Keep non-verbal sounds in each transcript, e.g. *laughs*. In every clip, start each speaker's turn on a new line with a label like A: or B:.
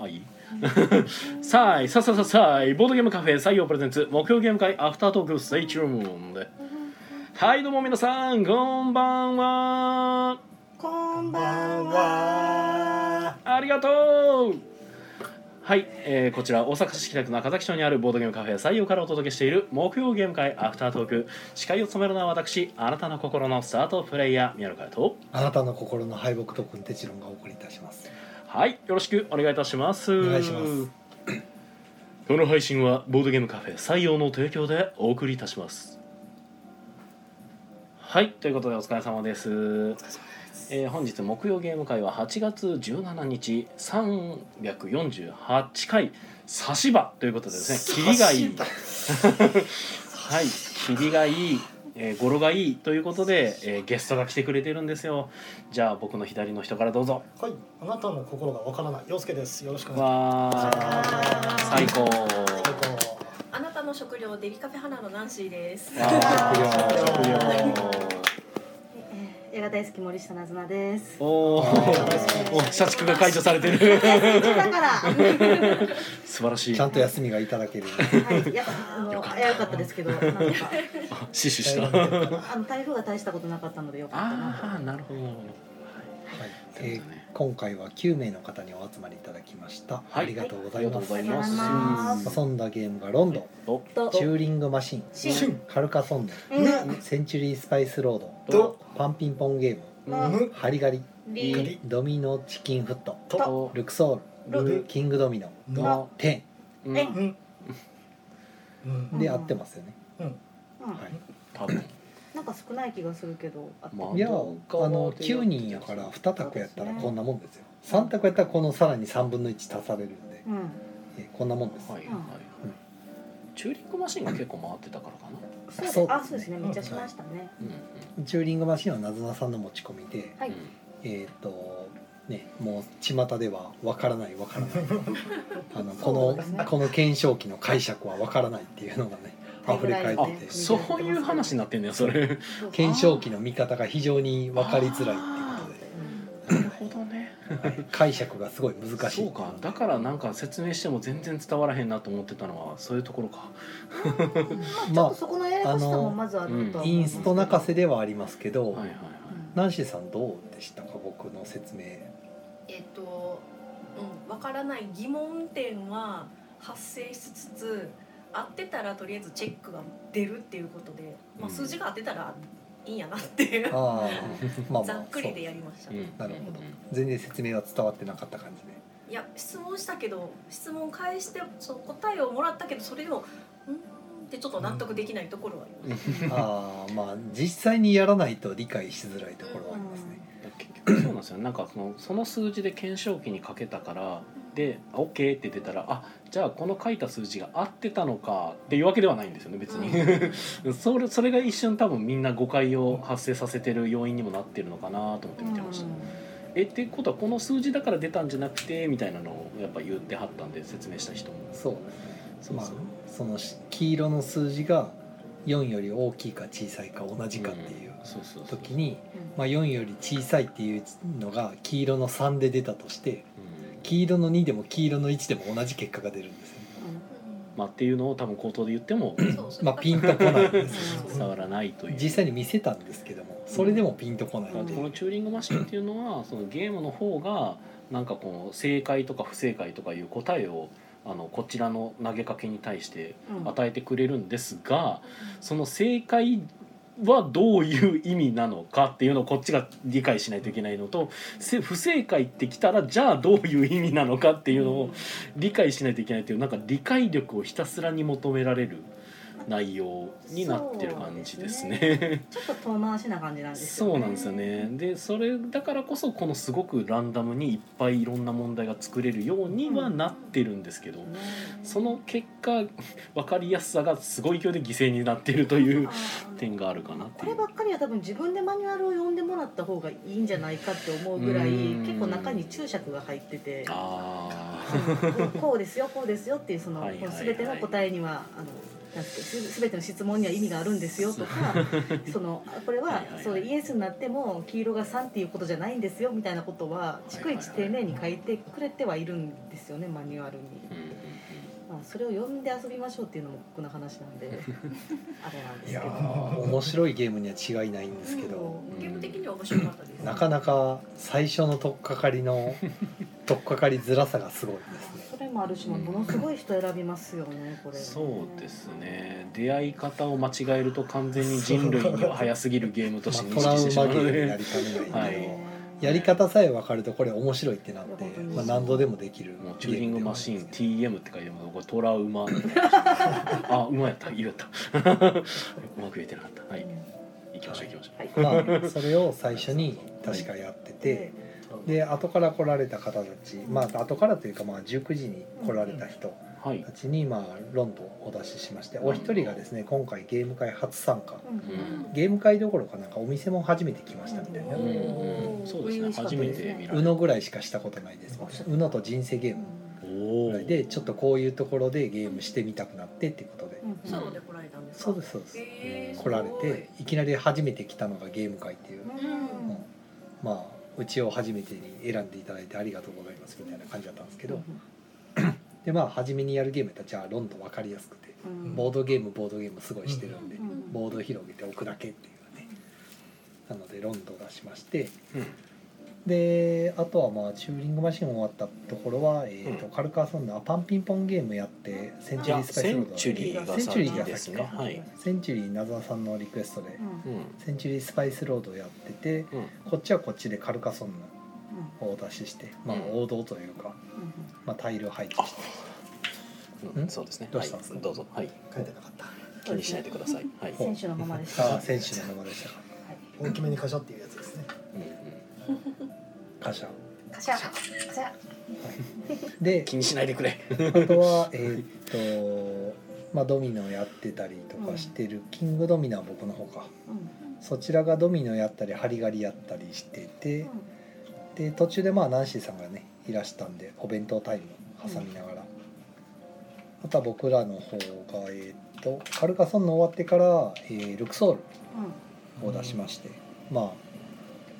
A: あいい *laughs* さあいさあさあさあさあいボードゲームカフェ採用プレゼンツ目標ゲーム会アフタートークステイチューンはいどうも皆さんこんばんは
B: こんばんは。
A: ありがとうはい、えーこちら大阪市北区中崎町にあるボードゲームカフェ採用からお届けしている木曜ゲーム会アフタートーク司会を務めるのは私あなたの心のスタートプレイヤー宮野佳代と
B: あなたの心の敗北とくんてちろんがお送りいたします。
A: はいよろしくお願いいたします
B: お願いします
A: この配信はボードゲームカフェ採用の提供でお送りいたしますはいということでお疲れ様ですえー本日木曜ゲーム会は8月17日348回差し歯ということでですね切りがいいはい、霧がいい、えー、語呂がいいということで、えーゲストが来てくれてるんですよ。じゃあ僕の左の人からどうぞ。
C: はい、あなたの心がわからない、洋介です。よろしくお願いし
A: わー、最高。
C: ます。最
D: あなたの食料デリカフェ花のナンシーです。
A: わー
C: 食料
E: 映画大好き森下なずなです。
A: おーお、社畜が解除されてる。
E: だから、は
A: 素晴らしい。
B: ちゃんと休みがいただける。
E: い、やっぱ、あの、いや良かったですけど、なんか、
A: 死守し
C: 高
A: た。
E: あの、台風が大したことなかったので、良かった
A: あ
E: な
A: ー、なるほど。
B: はい、えー今回は9名の方にお集まりいただきました。
A: は
B: あ
A: い
B: りがとうご
A: あ
B: ざ
A: り
B: い
A: がと
B: ま
A: う
B: す
A: ございま。
E: ありがとうございます
B: 遊んだゲームがロンドン、
A: と、
E: と。
B: チューリングマシン、
E: シン
B: カルカソンヌ、
E: うん
B: センチュリースパイスロード
C: と、
B: パンピンポンゲーム、
E: の
B: ハリガリ、
E: リ
B: ドミノチキンフット、
A: と、
B: ルクソール、
C: ル
B: キングドミノ、
C: の。
B: テ
A: うん
E: え
C: うん。うん
B: ン。で合ってますよね。
E: うん
B: はい。
A: 多分。
E: なんか少ない気がするけど、あ
A: まあ
B: いやあの9人やから2択やったらこんなもんですよ3択やったらこのさらに3分の1足されるんで、
E: うん、
B: えこんなもんです、
A: はいはいはい。チューリングマシンが結構回ってたからかな。
E: そうです
B: そう
E: あ、そうですね、めっちゃしましたね。
A: うん
B: チューリングマシンはなずなさんの持ち込みで
E: はい、
B: えっ、とねもう巷では「わからないわからない」あの
E: そ
B: こ
E: うです
B: の
E: ね
B: この検証機の解釈は「わからない」っていうのがね溢れ返っ
A: うん。あ
B: て、て
A: そういう話になってんねやそれ。
B: 検証機の見方が非常に分かりづらいっていう
A: なるほどね。
B: ことで、はい解釈がすごい難しい
A: そうか。だからなんか説明しても全然伝わらへんなと思ってたのはそういうところか。
E: うん。まあ、ちょっとそこのややこしさもまずあるとは思いますけど。
B: インスト泣かせではありますけど、
A: はいはいはい。
B: ナンシーさんどうでしたか僕の説明
D: えっと、うん、わからない疑問点は発生しつつ、合ってたらとりあえずチェックが出るっていうことで、まあ
A: うん
D: 数字が合ってたらいいんやなっていう、
B: あ
A: *laughs*
B: あまあまあ
D: ざっくりでやり
B: そう
D: ました。
A: う
D: い
A: ん。
B: なるほど全然説明は伝わってなかった感じで
D: や、質問したけど、質問返してそう答えをもらったけど、それでもうんってちょっと納得できないところはあります。
B: ああまあ実際にやらないと理解しづらいところはありますね、
A: 結局そうなんですよ。なんかそのその数字で検証機にかけたから。で「OK」って出たら「あじゃあこの書いた数字が合ってたのか」っていうわけではないんですよね別に、 *laughs* それそれが一瞬多分みんな誤解を発生させてる要因にもなってるのかなと思って見てました、えってことはこの数字だから出たんじゃなくてみたいなのをやっぱ言ってはったんで説明した人も
B: そうですね
A: そうそう、
B: まあそのし黄色の数字が4より大きいか小さいか同じかっていう
A: そうそうそう
B: 時に、
E: うん
B: まあ、4より小さいっていうのが黄色の3で出たとして
A: うん
B: 黄色の2でも黄色の1でも同じ結果が出るんですよね
A: まあ、っていうのを多分口頭で言っても
D: うんそうそれ
B: まあピンとこないん
A: *laughs*
B: です
E: けど
A: 伝わらないという
B: 実際に見せたんですけどもそれでもピンとこない
A: だ
B: の
A: って
B: で、
A: このチューリングマシンっていうのはそのゲームの方がなんかこの正解とか不正解とかいう答えをあのこちらの投げかけに対して
E: うん
A: 与えてくれるんですがその正解はどういう意味なのかっていうのをこっちが理解しないといけないのとせ不正解ってきたらじゃあどういう意味なのかっていうのを理解しないといけないというなんか理解力をひたすらに求められる内容になってる感じです
E: そうで
A: ね。
E: ちょっと遠回しな感じなんですよ、ね。
A: そうなんですよねでそれだからこそこのすごくランダムにいっぱいいろんな問題が作れるようにはなってるんですけど、
E: ね。
A: その結果分かりやすさがすごい勢いで犠牲になっているという
E: あー
A: 点があるかなって
E: こ
A: い
E: れ
A: う
E: ばっかりは多分自分でマニュアルを読んでもらった方がいいんじゃないかって思うぐらい
A: うん
E: 結構中に注釈が入ってて
A: あ
E: うんこうですよこうですよっていうその
A: はいはいはい
E: この全ての答えにはあのなんてすべての質問には意味があるんですよと *laughs* かそのあこれ
A: は
E: はい
A: はいはい
E: そうイエスになっても黄色が3っていうことじゃないんですよみたいなことは
A: はい
E: 逐一丁寧に書いてくれてはいるんですよねマニュアルに、まあ、それを読んで遊びましょうっていうのも酷な話なん *laughs* であれなんで
B: い
E: すけ
B: や
E: ど
B: ー面白いゲームには違いないんですけど、
D: うんゲーム的には面白かったです。
B: なかなか最初の取っかかり
A: *laughs*
B: の取っかかりづらさがすごいですね
E: それもあるしものすごい人選びますよねこれ
A: そうですね出会い方を間違えると完全に人類には早すぎるゲームとして認
B: まあ、トラ
A: 識し
B: ウ
A: てしま
B: マ
A: う
B: ゲ
A: の
B: ームになり
A: で
B: かね
E: ね
B: ないけど、
A: は
B: やり方さえ分かるとこれ面白いってなって
E: 本当、に
B: まあ、何度でもできる
A: もうチューリングマシーン
B: ゲ
A: TM って書いてますこれトラウマあうまやった言えたうまく言えてなかったはい行きましょう行きましょ
E: はい
B: ームでもあるんですけどまあ、それを最初
A: *laughs*
B: に確かやってて、で後から来られた方たち、まあ後からというかまあ19時に来られた人
A: うはい
B: たちにまあ論とお出ししましてお一人がですね今回ゲーム会初参加
E: うん
A: うん
B: ゲーム会どころかなんかお店も初めて来ましたみたいな
A: うんうんそうですね初めて見ら
B: う
A: れる
B: のぐらいしかしたことないですもんねうのと人生ゲーム
A: お
B: ぐ
A: お
B: らいでちょっとこういうところでゲームしてみたくなってっていうことで
E: うん
D: ソロで来られたんですか。
B: そうですそうです
D: えー
B: 来られて。いきなり初めて来たのがゲーム会っていう
E: うん
B: もうまあうちを初めてに選んでいただいてありがとうございますみたいな感じだったんですけどでまあ初めにやるゲームたちは論と分かりやすくて
E: うん
B: ボードゲームボードゲームすごいしてるんで
E: う、ん
B: ボード広げて置くだけっていうねなのでロンド出しましてであとはまあチューリングマシン終わったところは、えーと
A: うん
B: 軽く遊んだパンピンポンゲームやってセンチュリースパイスロード
A: センチュリーが
B: センチュリーが
A: 先ですねはい
B: センチュリー名沢さんのリクエストで、
E: うん
A: うん
B: センチュリースパイスロードやってて
A: うん
B: こっちはこっちでカルカソンのをお出しして、まあ、
A: うん
B: 王道というか、まあ、タイル配置して
A: うん
B: ん
A: そうですね
B: どうしたんですか
A: はい、どうぞはい
C: 書いてなかった
A: 気にしないでくださいはい、
E: 選手のままでした。
B: あ
E: は
B: あ
E: い
B: 選手の名前でしたか
C: 大きめにカシャっていうやつですね
A: うんうん
B: カシャ、は
E: カシャカシャ
B: い、で
A: 気にしないでくれ
B: あとはえーっとまあドミノやってたりとかしてる、キングドミノは僕の方か
E: うん
B: そちらがドミノやったりハリガリやったりしてて、で途中でまあナンシーさんがねいらしたんでお弁当タイム挟みながら、あとは僕らの方がえーっとカルカソンの終わってから、えールクソールを出しまして、まあ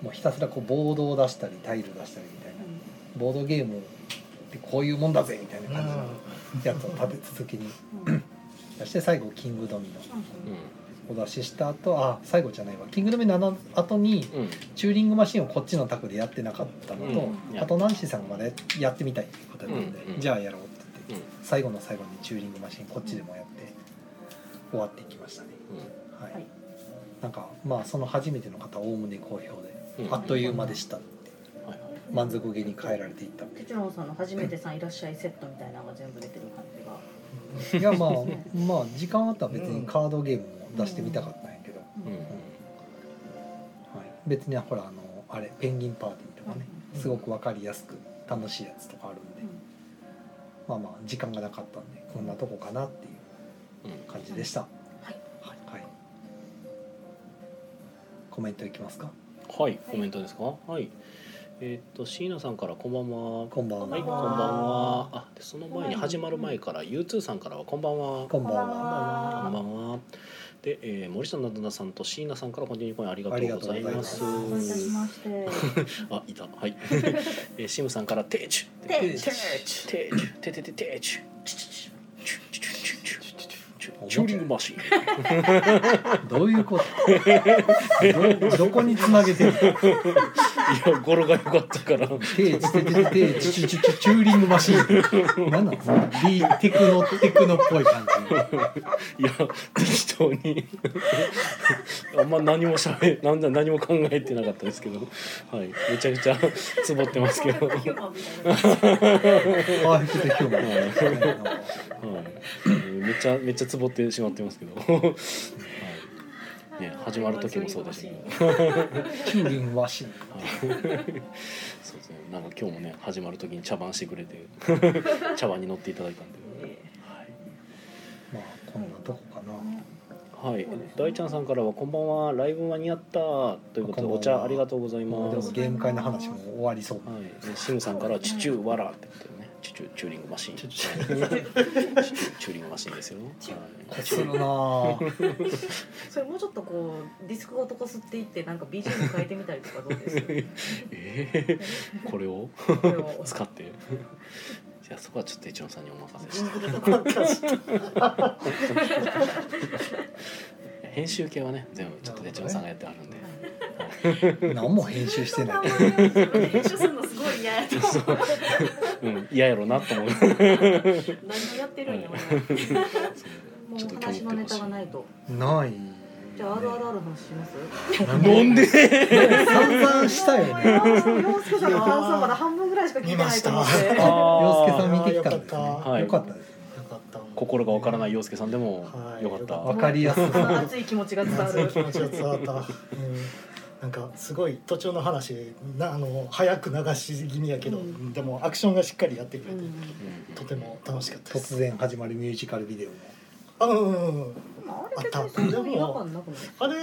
B: もうひたすらこうボードを出したりタイル出したりみたいなボードゲームってこういうもんだぜみたいな感じのやつを立て続けに
E: うんうん
B: そして最後キングドミ
A: うん
B: ノお出しした後あ最後じゃないわキングドミノの後に
A: うん
B: チューリングマシンをこっちの卓でやってなかったのと、
A: うん
B: あとナンシーさんがねやってみたいっていうことなんで、
A: うんうん
B: じゃあやろうって言って、
A: う
B: 最後の最後にチューリングマシンこっちでもやって終わっていきましたねはい、
E: はい
B: なんかまあその初めての方おおむね好評で、
A: うんうん
B: あっという間でしたって
A: はいはい
B: 満足げに帰られていったんで
E: 哲郎さんの初めてさんいらっしゃいセットみたいなのが全部出てる感じが。
B: いやまあまあ時間あったら別にカードゲームも出してみたかったんやけど、
A: うんうん
B: はい、別にほらあのあれペンギンパーティーとかね、すごくわかりやすく楽しいやつとかあるんで、まあまあ時間がなかったんでこんなとこかなっていう
A: うん
B: 感じでした。
D: はい
B: はい、はいコメントいきますか。
A: はいコメントですかはいえーっと椎名さんからこんばんは
B: こんばん
A: はい、こんばん
B: は。
A: は。あ、でその前に始まる前から、ゆうつーさんからはこんばんは。
B: こんばん
E: こんばん
B: は。
A: こんば
E: は。
A: んは。で、えー、森下なだなさんと椎名さんからコンティニューコインありがとうございます。
E: お待たせしまして。
A: あ、いた。はい。 *laughs* えー、シムさんからテーチュ。
E: テー
A: チュ。テーチュ。テテテテーチュ。チュチュチュチュチュチュチュチュチューリングマシン。
B: どういうことどどこにつなげてる
A: いや、語呂が良かったから。
B: テーチテテテテチュチュチュチューリングマシーン何なんですかビーテクノテクノっぽい感じ
A: いや、適当に。あんま何もしゃべ、なんだ、何も考えてなかったですけど。はい、めちゃくちゃつぼってますけど。
D: ヒューマンみたいな。
B: パーフェクトヒューマンなんか
A: はい、えーめっちゃめっちゃつぼってしまってますけど、はい、ね始まる時もそうだし、ね、
B: チューリングマシーン
A: はいそうですねなんか今日もね始まる時に茶番してくれて茶碗に乗っていただいたんで、
B: まあこんなとこかな
A: はいはい、大ちゃんさんからは「こんばんはライブ間に合った」ということ
B: こんばん
A: で
B: は
A: お茶ありがとうござい
B: で
A: ま
B: も
A: す。
B: ゲーム会の話も終わりそう
A: はい、でシムさんから「チュチューわら」ってことでねチュチュチューリングマシン
C: チ
A: チ
C: ュ
A: ュ
C: チ
A: チューリングマシンですよ、
D: チ
A: は
D: ュ
A: い
B: こするなぁ
E: それもうちょっとこうディスクごとこすっていってなんか BGM 変えてみたりとかどう
A: *laughs*
E: で
A: え
E: す
A: ー、これを
E: これを
A: 使ってじゃあそこはちょっと一ノさんにお任せして *laughs*
C: ュ
A: 編集系はね全部ちょっと一ノさんがやってあるんで、
B: 何も編集してない
D: 編集するのすごい嫌やと思う
A: そううん嫌やろなと思う
D: 何をやってるんや俺
E: も
A: ちょ
E: う
A: っと興味
E: 話のネタがないと
B: ない
E: じゃああるあるある話します
A: なんで
B: 散々したよね
E: 洋介さんの感想まだ半分ぐらいしか聞いてないと思って
C: 見ま
E: あ
B: 洋
A: あ
B: 介さん
A: ー
B: 見てきたんですね
A: はい
B: よかったですね
C: よかった
A: 心がわからない洋介さんでも
C: はい
A: よかった、
B: わかりやすい
E: の熱い気持ちが伝わ
C: そうい
E: る
C: う気持ちが伝わった、うん、なんかすごい途中の話なあの早く流し気味やけど、
E: うん
C: でもアクションがしっかりやってく
E: う
C: れて、
E: ん
A: うん
C: とても楽しかったです
B: 突然始まるミュージカルビデオも
C: あうんうんうん
E: まああれ別にそんなに違和感なくない
C: あれ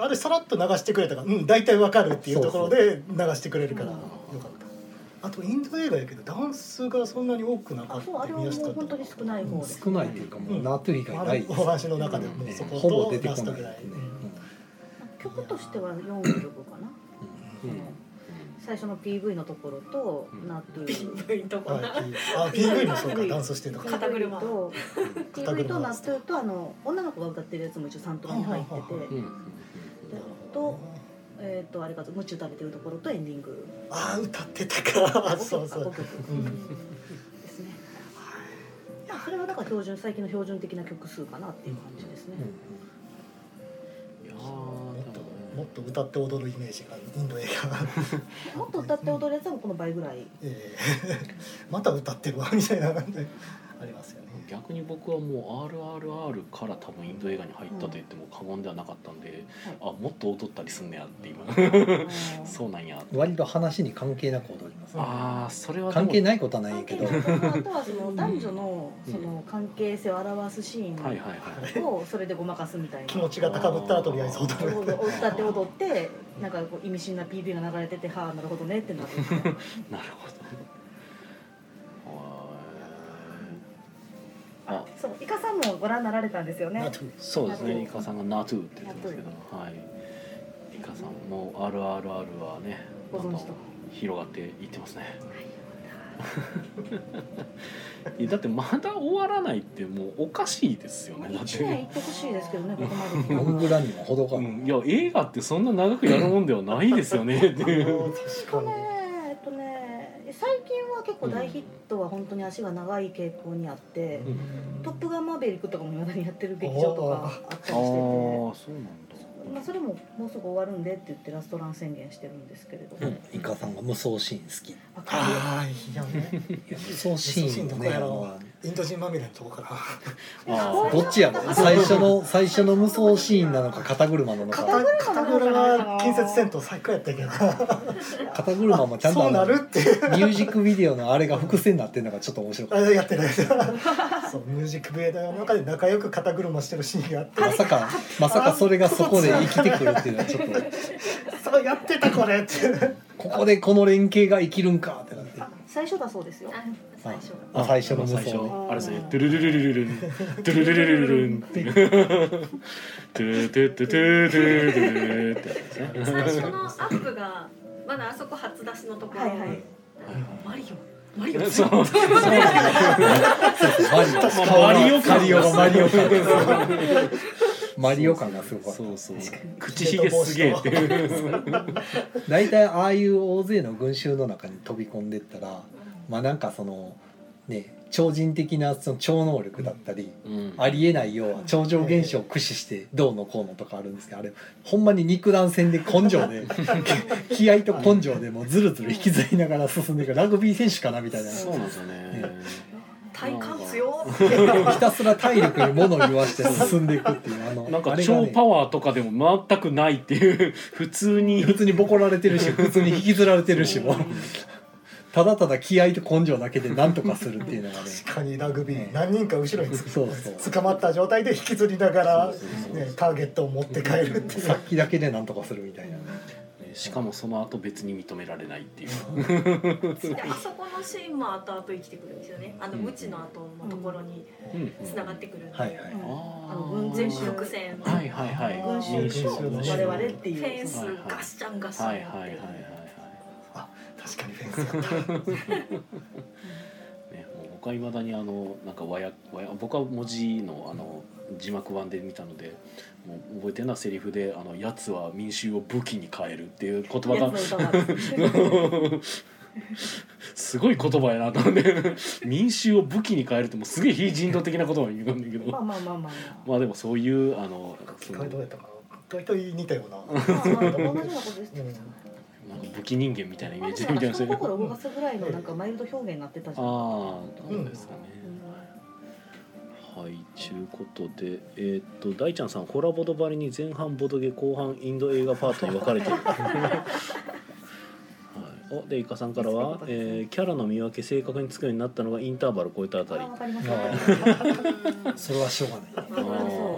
C: あれさらっと流してくれたからうん大体わかるっていうところで流してくれるか
E: う
C: らよ
E: ん
C: かったあとインド映画やけどダンスがそんなに多くなか
E: あ
C: った
E: そうあれはもう本当に少ない方です
B: 少ないというかもうナートゥ以外
C: あ
B: ない
C: れ
B: です
C: お話の中でも
A: うん
C: そ
B: ほぼ
C: こ
B: 出
C: と
B: て
C: ラ
B: こ
C: ス
B: な
C: ト
B: い
C: ぐ
B: で
C: らい
B: すね
E: 曲としては4曲かな
A: うん
E: うん最初の PV のところと
A: うん
E: ナトゥ
D: ピンクいと
C: うん
D: こ
C: はい
D: な
C: あ PV もそうかダンスしてんのか
D: 片車
E: と
C: 片
E: PV と
C: 車
E: ナトゥとあの女の子が歌ってるやつも一応3トラに入ってて、
A: うんうんうん
E: でとえっ、とあれか夢中食べてるところとエンディング
C: ああ歌ってたかそうそ
E: 5
C: う
E: 曲
C: うん
E: ですね。まあそれはなんか標準最近の標準的な曲数かなっていう感じですね。
A: いやー
C: もっ
A: で
C: と
A: もね
C: もっと歌って踊るイメージがインド映 *laughs* 画
E: もっと歌って踊るやつはこの倍ぐらい。
C: えーまた歌ってるわみたいな感じありますよね
A: 逆に僕はもう RRR から多分インド映画に入ったと言っても過言ではなかったんで、あもっと踊ったりすんねやって今そうなんや
B: 割と話に関係なく踊りますね
A: あーそれは
B: 関係
A: ない
B: ないことはないんや
E: 関
B: け
E: 係
B: ど
E: のところあとはその男女のその関係性を表すシ
A: はいはいはい
E: ーンをそれでごまかすみたいな
C: 気。持ちが高ぶったらとりあえず踊る
E: 歌って踊ってなんかこう意味深な PV が流れててはあなるほどねってなるみたいな。
A: なるほどはーいあ
E: そうイカさんもご覧になられたんですよね
C: な。と
A: そうです
E: ナト
A: ね
E: ゥ
A: イカさんが「ナトゥ」って言ってますけどはいイカさんも「RRR」はね
E: ご存知
A: ど
E: と
A: んどん広がっていってますねだってまだ終わらないってもうおかしいですよねだっ
E: 一
A: て、
E: 年行ってほしいですけどねここまで来たら
B: ロングランにも程が
A: う
B: ある
A: ん、いや映画ってそんな長くやるもんではないですよねっていう
E: 確かねえっとね最近は結構大ヒットは本当に足が長い傾向にあって
A: う
E: 「
A: ん
E: トップガンマーベリック」とかもいまだにやってる劇場とかあったりし
A: ああ
E: てて、
A: そうなんだ
E: まあ、それももうすぐ終わるんでって言ってラストラン宣言してるんですけれども、
A: うん
B: イカさんが無双シーン好きい
E: あかる
C: ああいやね
B: や無双シーンのね
C: 無双シーンどこや
B: あ
C: ろう
B: の
C: インド人まみれのとこから
A: あ
B: どっちやろ最初の最初の無双シーンなのか肩車なの
E: 肩
B: か
E: 車
C: 片倉が近接戦闘最高やったけど
B: 肩車もちゃんと
C: そ
B: あ
C: うな
B: のミ
C: るって
B: ュージックビデオのあれが伏線になってるのがちょっと面白か
C: あ
B: っ
C: やってないそうミュージックビデオの中で仲良く肩車してるシーンがあって
B: たまさかまさかそれがそこで生きてくるっていうのはちょっと
C: そうやってたこれって
B: ここでこの連携が生きるんかってなって
E: あ最初だそうですよ
D: あ最初
B: あ最初の無
A: 最
B: 双
A: 初
B: ね
A: あれですねドゥルルルルルルンドゥルルルルルルンってドゥドゥドゥドゥドゥドゥってやつですね
D: 最初のアップがまだあそこ初出しのところ、
E: はいはい
D: マリオマリオ
A: そう
B: マリオ
A: マリオ
B: マリオがマリオ感
A: 感
B: マリオ感がすごかった
A: そうそう口ひげすげえっていう
B: 大体ああいう大勢の群衆の中に飛び込んでったらまあなんかそのね超人的なその超能力だったり、ありえないような超常現象を駆使してどうのこうのとかあるんですけどあれほんまに肉弾戦で根性
A: *laughs*
B: で気合と根性でもうずるずる引きずりながら進んでいくラグビー選手かなみたいな
A: そうなんですよね
D: 体感強
B: ひたすら体力に物を言わして進んでいくっていうあの
A: なん
B: あ
A: か
B: れが
A: 超
B: ね
A: パワーとかでも全くないっていう *laughs* 普通に
B: *laughs* 普通にボコられてるし普通に引きずられてるしもうただただ気合と根性だけでなんとかするっていうのがね
C: 確かにラグビー何人か後ろにつ
B: そうそう
C: 捕まった状態で引きずりながら
A: そうそうそう
C: ねターゲットを持って帰るっていう
B: さっきだけでなんとかするみたいなね
A: ねしかもその後別に認められないっていう
D: であそこのシーンも後々生きてくるんですよねあの無知の後のところに
A: うんうん
D: 繋がってくるって
B: はいいうはい
A: あー
E: あの軍
D: 全
E: 前
D: 部
E: 職
D: 伏線フ
A: はいはいはい
E: 群
A: 民
E: 衆
A: 衆
E: と
A: の
E: 我々っていう
D: ェンスガ
E: その
D: ッシャンガッシャン
A: はい
D: や
A: はいはい
D: っ
A: は
D: て
A: い
D: る
C: 確かにフェンスやった
A: はいねもう僕はいまだにあのなんか和訳和訳僕は文字のあの字幕版で見たのでもう覚えてるのはセリフで「あのやつは民衆を武器に変える」っていう言葉が
E: やつの歌が
A: すごい言葉やなと思って民衆を武器に変えるってもうすげえ非人道的な言葉に言うんだけ
E: まあ
A: ど
E: まあまあまあまあ。
A: まあでもそういうあのそ
C: 機
A: の
C: 械どうやったかな大体似たような
E: まあまあ同じようなことですけど。
A: なんか武器人間みたいなイ
E: ま
A: メ
E: あ
A: ー
E: で
A: ジ
E: も
A: みたい
E: なん
A: な
E: か
A: そういうあ
E: 人心を動かすぐらいのなんかマイルド表現になってたじ
A: あ
E: ゃん。
A: ーどうですかね、はい、ちゅうことで、えーっと、大ちゃんさん、ホラボドばりに前半ボドゲ、後半インド映画パートに分かれてる。はい、お、で、いかさんからは、えーキャラの見分け正確につくようになったのがインターバルを超えたあたり
E: あ。わかりまし
B: あ
E: た。
B: それはしょうがない
E: そう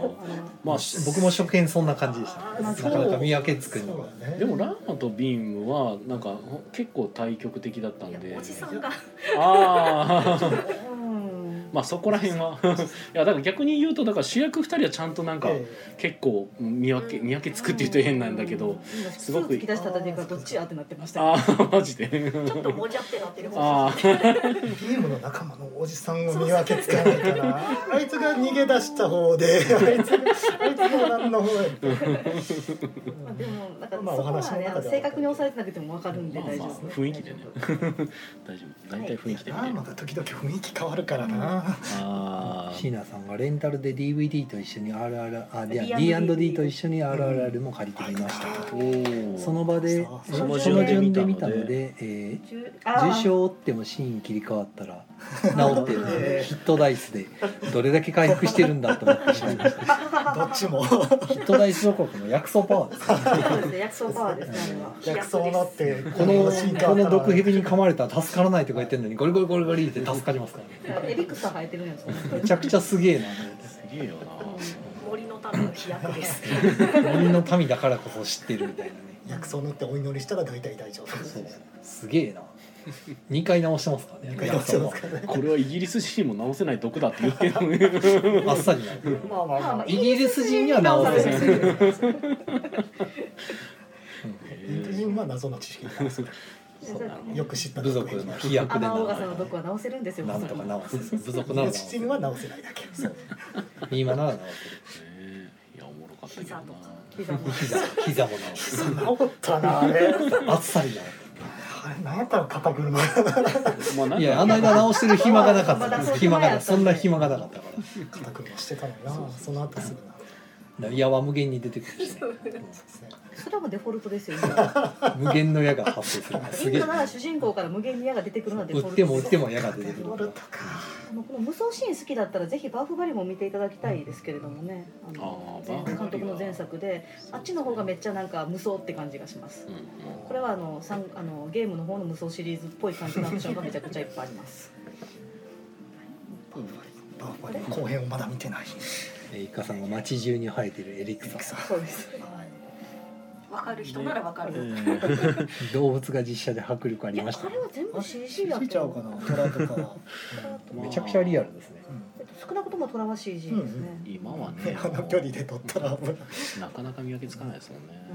A: まあ、
B: 僕も初見そんな感じでした
E: あ
B: な
E: そう
B: かなか見分けつくの
C: そ
B: が
C: うだね
A: でも、ラーマとビームは、なんか、ほ結構対極的だったん
D: い
A: で
D: やお。じさんが
A: ああ、
E: あのうん。
A: *laughs* まあ、そこら辺は、いや、だから、逆に言うと、だから、主役二人はちゃんと、なんか。
C: え
A: 結構、見分け、見分けつくって言うと変なんだけど。
E: 今
A: すごく
E: 普通突き出した時からどっちやってなってました
A: あ
E: よ。
A: あ、マジで。
D: ちょっともじゃってなってる方
A: あ
D: です
A: あ、
C: えビームの仲間のおじさんを見分けつかないからあいつが逃げ出した方であいつあいつが何の方やった
E: まあでもなんかそ
C: まあ
E: こ
C: お話
E: は
C: の
E: ねあ
C: 中
E: の
C: では
E: 正確に押されてなくてもわかるんで
A: まあ
E: 大丈
A: まあ
E: 夫。
A: 雰囲気でね
E: 大丈夫
A: 大丈夫。大体雰囲気で見
C: あ
A: て
C: あ
A: る
C: ま。た時々雰囲気変わるからな、
A: あ
B: 椎
A: ー
B: 名さんがレンタルで DVD と一緒に RR あいや
E: D&D
B: D&D と一緒に RRR も借りてみました
A: お
B: と
A: ー
B: その場で
C: そう
B: その
E: その
B: 順
A: 順
B: で
A: で
B: 見
A: 見
B: た
A: た
B: の
A: の
B: で、え
E: 中あ
B: ー、
E: ー
B: 重傷を負ってもシーン切り替わったら治ってるので
C: あ
B: ヒットダイスでどれだけ回復してるんだと思ってしまいました
C: どっち *laughs* も
B: ヒットダイスどころかの薬草パワーですね
E: そうですね薬草パワーですねあれは。
C: 薬草のって
B: この
C: 進化
B: この毒蛇に噛まれたら助からないとか言ってるのにゴリゴリゴリゴリって助かりますからね
E: エリクサ生えてるんやつ。
B: めちゃくちゃすげえなと思って
A: すげえよ
D: 森の民の飛躍です
B: 鬼の民だからこそ知ってるみたいなね
C: 薬草塗ってお祈りしたら大体大丈夫
B: そうすげえな2回直してますからね
C: 回直してますから
A: な。
C: ね
A: これはイギリス人も直せない毒だって言ってるのに。
B: 薬草あっさりなる
C: まあまあまあ
B: イギリス人には直せない
C: インド人は謎の知識なんですよ
A: そうなの
C: よく知った
B: 部族の飛躍で
E: 天王
B: 直
E: 傘の毒は直せるんです
B: せ
E: よ。
B: なんとか直せる部族なら直
C: の
B: せ
C: 人
B: る
C: は直せないだけ
B: そう今なら直
A: ねえいやおもろかったけどな
D: 膝とか。
E: 膝も
B: せる膝膝も直せ
C: そんなことったなあれ
B: るあっさりな
C: あれ何やったら肩車
A: まあなん
B: る
A: か
B: いやあの間直してる暇がなかった
E: まだそう
B: 暇がなそんな暇がなかったから
C: 肩車してたのになその後すぐな
B: 矢は無限に出てくるしね
E: それもデフォルトですよ。今
B: 無限の矢が発生するす
E: イ
B: げ
E: ン
B: え
E: ドなら主人公から無限に矢が出てくるのはデフォ
B: 打っ
E: ルト
B: て
E: です
B: も打っても矢が出
C: デ
B: てく
C: フォ
B: る
C: ルトか
E: あのこの無双シーン好きだったらぜひバーフバリも見ていただきたいですけれどもねあの
A: あーバーフバリは
E: 監督の前作であっちの方がめっちゃなんか無双って感じがします
A: うんうん
E: これはあのさんあのゲームの方の無双シリーズっぽい感じのアクションがめちゃくちゃいっぱいあります
C: バーファリー後編をまだ見てない
B: えイカさんが街中に生えてるエリクサ
E: そうです
D: わかる人ならわか
A: う
D: る
A: ん
B: 動物が実写で迫力あ
E: い
B: り
E: や
B: ました
E: これは全部 CG や
C: 見
E: け
C: ちゃう
E: ど
C: かな虎とか
B: めちゃくちゃリアルですね
E: 少なくともトラは CG ですね、
A: 今はね
C: *laughs* あの距離で撮ったら危ない
A: なかなか見分けつかないですもんね。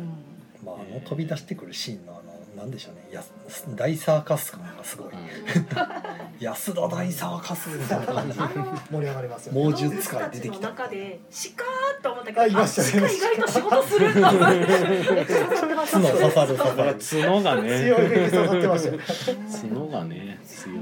E: う
B: まああの飛び出してくるシーンのあのなんでしょうねやす大サーカス感がすごい安田大サーカスみたいな感じ
D: あの
C: 盛り上がりますよ
B: 猛
D: 動
B: 獣
D: 物
B: 使
D: た
B: い出
D: ち
B: て
D: の
B: きた
D: 中で鹿と思ったけど
C: あ
D: あ
C: いました
D: 鹿
C: ね
D: 意外と仕事するんだ
B: 角刺さる刺さる
A: だから角がね
C: 強い目に刺さってましたよ
A: 角がね強い。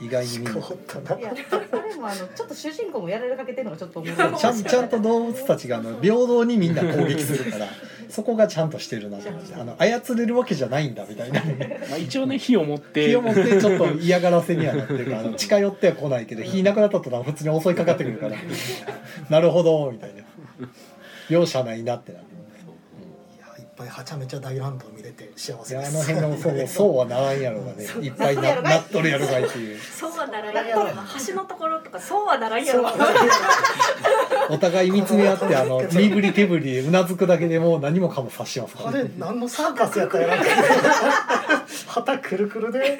B: 意外に見る
C: こったなん
E: いやこれもあのちょっと主人公もやられかけてるのがちょっと面白い
B: ちゃんちゃんと動物たちがあの平等にみんな攻撃する *laughs* からそこがちゃんとしてるなと思ってあの操れるわけじゃないんだみたいな
A: まあ一応ね火を持って。
B: 気を持ってちょっと嫌がらせにはなってるからあの近寄っては来ないけど火なくなった途端普通に襲いかかってくる *laughs* からなるほどみたいな容赦ないなってなって
A: そう
C: いやいっぱぱいはちゃめちゃ大乱闘見れて幸
B: い
C: せ
B: や
C: で
B: あ
C: す
B: の辺のそうそうはならんやろがねいっぱいななっとるやろがいっていう
D: そうはならんやろ橋のところとかそうはならんやろ
C: そうなんですよ
B: お互い見つめ合ってあの身振り手振りうなずくだけでもう何もかも察しますか
C: あ
B: ら
C: れ
B: ね
C: 何のサーカスやったやら旗くるくるで、ね、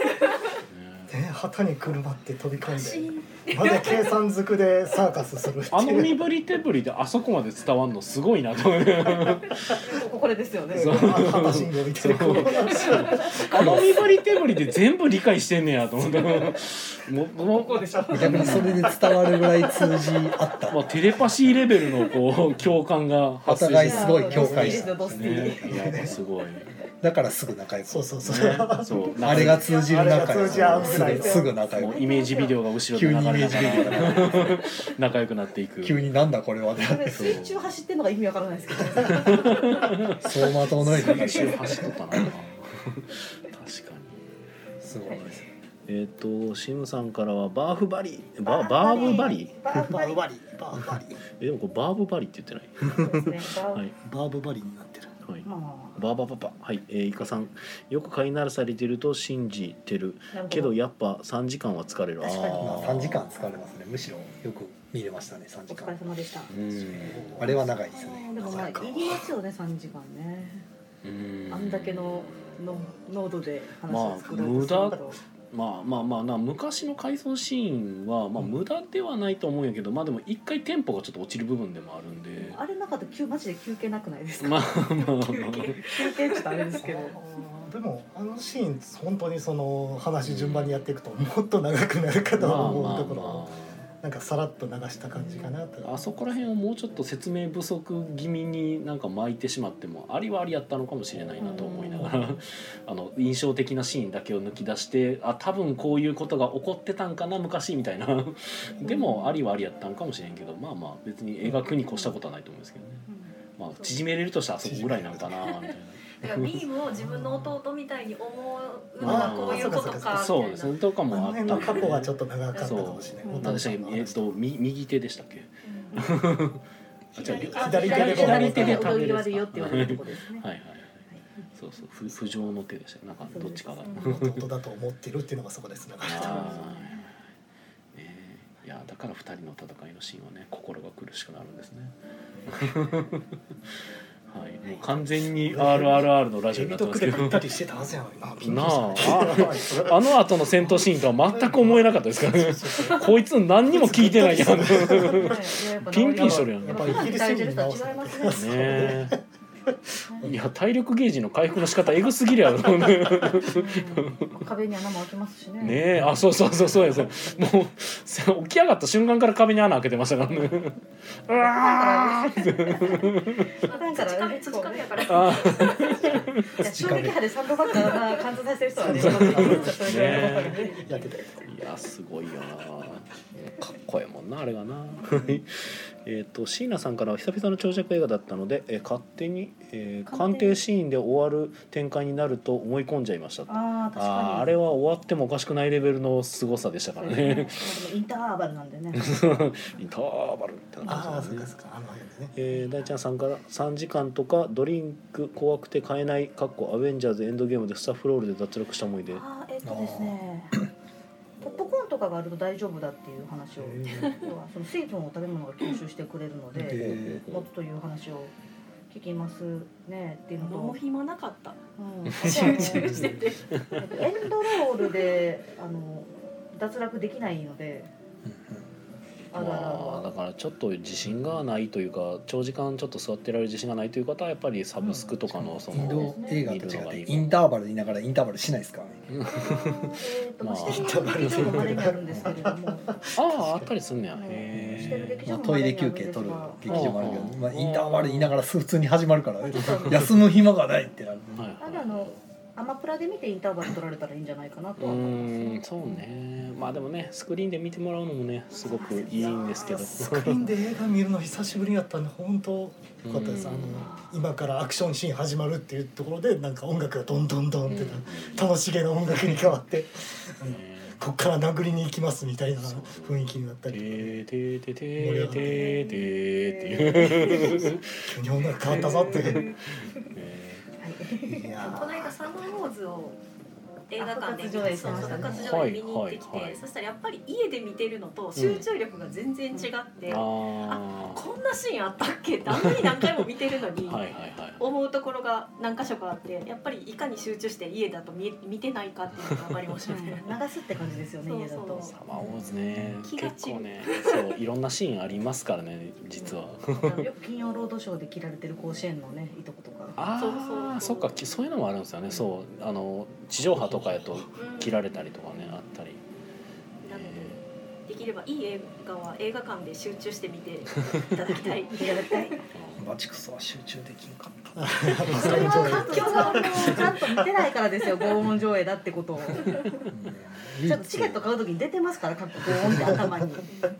C: 旗にくるまって飛び込んでまだ計算づくでサーカスするって
A: あの
C: い
A: 身
C: う
A: 振り手振りであそこまで伝わんのすごいなと思って
E: こここれですよね。
A: そう
C: 旗信号みたいな
A: あの身振り手振りで全部理解してんねやと思ってもうも
E: ここでしょ。
B: 逆にそれで伝わるぐらい通じ合っ
A: う、まあ、
B: た
A: テレパシーレベルのこう共感が発
B: お
A: 生
B: 互いすごい共感した
E: ドステ
A: ね
E: ィ。
A: いやすごい、ね、
B: だからすぐ仲良く
C: そうそうそう、
A: そう
B: あれが通じる仲
C: あれが
B: 良
C: 通じ合う
B: く
C: ぐ
B: す
C: らい
B: ぐすぐ仲良
A: も
B: く
A: うイメージビデオが後ろで
B: 急
A: 流
B: にイメ
A: れ
B: ー
A: な
B: ジ
A: が
B: ビデオ
A: ら
B: が流れて
A: 仲良くなっていく
B: 急になんだこれ
C: *laughs*
B: はってな
E: こ
B: っ
E: れ
B: て
E: 水中走ってんのが意味わからないですけど。
B: 相馬と同じ
A: 先
B: す
A: 週走っとったな確かに
B: ごいです
A: えっ、とシムさんからはバーフバリババーブバリ
E: バーブバリ。
C: バリバーバリ
A: えでもこれバーブバリって言ってない
E: そうですねバーブ
A: はい
C: バーブバリになってる
A: はい
E: まあ
A: バーバパパはい、えー、イカさんよく飼いならされてると信じてるけどやっぱ3時間は疲れる
E: 確かに
B: まあ3時間
A: あ
B: 疲れますねむしろよく見れましたね3
E: お
B: 時
E: 疲れ
B: 間
E: 様でした。
A: ーうん
B: あれは長いですね
E: でもまあいりますよね三時間ね。
A: うん
E: あんだけのの濃度で話を作ろうとする
A: まあ無駄ま
E: と
A: あまあまあな昔の回想シーンはまあ
B: うん
A: 無駄ではないと思うんやけどまあでも一回テンポがちょっと落ちる部分でもあるんで
E: あれなかったら休マジで休憩なくないですか。
A: まあまあまあ
D: 休憩
E: 休憩ちょっとあれですけど。
C: あーでもあのシーン本当にその話順番にやっていくともっと長くなるかとは思うところ、
A: ま
C: なんかさらっと流した感じかなと、
A: ああそこら辺をもうちょっと説明不足気味になんか巻いてしまってもありはありやったのかもしれないなと思いながら *laughs* あの印象的なシーンだけを抜き出してあ多分こういうことが起こってたんかな昔みたいなでもありはありやったんかもしれんけどまあまあ別に描くに越したことはないと思うんですけどね、まあ、縮めれるとしたらあそこぐらいなんかなみたいな。
D: だからビームを自分の弟みたいに思うのはこういうことかみたいな
A: そうですねとか
C: あの
A: もあった
C: 辺の過去はちょ
A: っ
C: っと長かったかもしれない
D: そう
C: お
A: 何で
C: 父
A: した
C: さ
A: っ
C: ん
A: け
C: の話
A: えっとみ右手でしたっけあじゃあ
D: 左
C: *laughs* 左手で
A: 左手で食べ
E: 踊り
A: るや
E: 割
A: つ
E: る
A: か
E: よって言われるとこですね。
A: はいはいはいそうそう不不浄の手でしたなんかどっちかが
E: そうです
C: 弟だと思ってるっていうのがそこですね。
A: あーねえいやだから二人の戦いのシーンはね心が苦しくなるんですねはいもう完全 *laughs* に RRR のラジオ
C: エ
A: にな
C: ビ
A: って
C: ド
A: ます
C: ク
A: け
C: で
A: ど
C: 食ったりしてたはずやのにな。びっくり
A: な
C: *laughs*
A: あ
C: した
A: あの後の戦闘シーンとは全く思えなかったですからねこいつ何にも聞いてないやんね *laughs* ピンピンしとるやん
E: やっぱり鍛えてる人は違いますね。
A: えいや体力ゲージの回復の仕方エグすぎるやろね
E: うん壁に穴も開けますしね。
A: ねえあそうそうそうそうやそうもうさ起き上がった瞬間から壁に穴開けてましたからねうわーって
D: なんか土壁土壁やから
A: あ
E: いや衝撃波でサンドバッグが貫通させる人は
A: *laughs*
E: ね。それぐらいのことがね
C: やってたよ。
A: ーいやすごいよなかっこええもんなあれがなえっと椎名さんからは久々の長尺映画だったので、えー勝手に、えー
E: 鑑
A: 鑑
E: 定
A: 定シーンで終わる展開になると思い込んじゃいましたと
E: ああ確か
A: あ
E: に。
A: ーあれは終わってもおかしくないレベルの凄さでしたから *laughs* ね
E: インターバルなんでね。
A: インターバルってな
C: ああ、
A: 感じ
C: そ
A: で
C: う
A: すね
C: か、そうか、あの辺でね。
A: えー、大ちゃんさんから3時間とかドリンク怖くて買えないかっこアベンジャーズエンドゲームでスタッフロールで脱落した思い出
E: あーえっとですね。ポップコーンとかがあると大丈夫だっていう話を。要はその水分を食べ物が吸収してくれるので、
B: え
E: もっという話を聞きますねっていうのと。
D: もう暇なか *laughs* った
E: うん
D: 集中してて
E: エンドロールであの脱落できないので、あるある
A: まあ、
E: あ
A: だからちょっと自信がないというか長時間ちょっと座ってられる自信がないという方はやっぱりサブスクとかのそ
B: イン
A: の
B: ド、映画と違ってインターバル言いながらインターバルしないですからね
E: る。えっと、まあ、
A: まあ
E: してる劇場もまれにあるんですけれども、
A: あああったりすんねや
E: うんしてる
A: へ
E: 劇
B: ま
E: 場
B: あ、
E: も
B: ト
E: ま
B: イ
E: れ
B: レ
E: にある
B: 休
E: ん
B: 憩
E: です
B: 取る
E: が、
B: 劇場もあるけど、
A: うん
B: まあ、インターバル言いながら普通に始まるから
E: まあちょっと
B: 休む暇がないってなる
A: え、はい
E: あれあのアマプラで見てインターバル取られたらいいんじゃないかなと
A: う
E: は思い
A: ー
E: ま
A: ん
E: す。
A: そうねまあでもねスクリーンで見てもらうのもねすごくいいんですけど
C: スクリーンで映画見るの久しぶりやったんで、本当。よかったです。あの
A: うん、
C: 今からアクションシーン始まるっていうところで、なんか音楽がどんどんどんってな。楽しげな音楽に変わって、
A: ね
C: こっから殴りに行きますみたいな雰囲気になった
A: て
C: りとか。
A: ーてーてーてーてーてーっていう
C: 急に音楽変わったぞって。
A: えー
C: いや
D: この間サマーウォーズを映画館で見
E: あ復活上映
D: て
E: して
D: そう
E: ま
D: そ
E: し
D: う
E: た
D: 復活
E: ね
D: 上映見に行ってきて、
A: はいはいはい
D: そしたらやっぱり家で見てるのと集中力が全然違って、
A: あ
D: こんなシーンあったっけってあんなに何回も見てるの
A: ー
D: に。
A: *laughs* はいはいはい
D: 思うところが何箇所かあってやっぱりいかに集中して家だと見見てないかっていうのがあまり面白い
E: 流すって感じですよね
D: そう
E: 家だと
D: そ
A: サマーウォーズね
D: 気が散
A: 結
D: る
A: 構ねそういろんなシーンありますからね実は
E: よく金曜ロードショーで着られてる甲子園のねいとことか
A: あ
D: そうそう
A: あそっかきそういうのもあるんですよねそうあの地上波とかやと切られたりとかねあったり
D: なのでできればいい映画は映画館で集中して見ていただきたい
E: いただきたい
B: バチクソは集中できんかっ
C: *laughs*
B: た
E: それは環
D: 環
E: 境
D: 境
E: が
D: が
E: もうちゃんと見てないからですよ拷問上映だってことをちょっとチケット買うときに出てますから各国拷問って頭に
B: も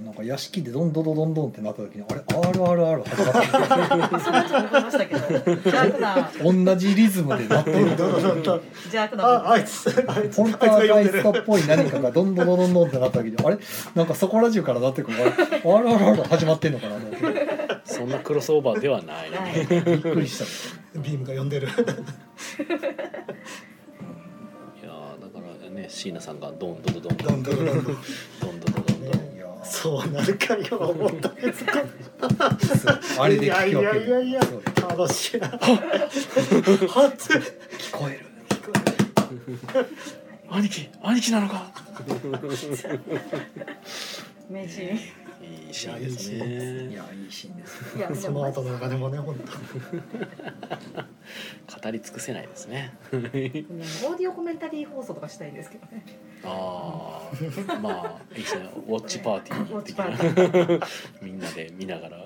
B: うなんか屋敷でどんどんどんどんってなった時にあれ RRR 始まった
E: まあそれはちょっと思いましたけど邪悪な
B: 同じリズムでな
D: *laughs*
B: ってる
C: どうだった
E: 邪悪な
C: ああいつあいつ
B: フォ
C: あい
B: ン
C: つ
B: ター
C: が
B: ガ
C: 呼ん
B: イ
C: で
B: ス
C: る
B: トっぽい何かがどんどんどんどんどんってなった時にあれなんかそこら中からなってくるから RRR 始まってんのかなと思って
A: そんなクロスオーバーではない、
E: はい
B: びっくりした
C: ビームが呼んでる
A: いやーだからね椎名さんがどんどんどんど
C: ど
A: ん
C: ん
A: ど
C: ど
A: ん
C: んどんどん
A: どんどんどんどん
B: いやー
C: そうなるかよ思ったけど
B: あれで聞
C: い
B: き分
C: や
B: け
C: いやいや
B: るそう
C: 楽しいな初
B: 聞こえる
A: 兄貴兄貴なのか
E: 名シーン
A: いいシーンです
B: い
A: ね
B: やいいシーンです
E: いやで
C: そ
E: も
C: の後のお金もね本
A: 語り尽くせないですね
E: *laughs* オーディオコメンタリー放送とかしたいんですけどね
A: ああまあいいですねウォッチパーティ
E: ウ
A: ー
E: ォッチ
A: 的
E: パー
A: な
E: ティー
A: *laughs* みんなで見ながら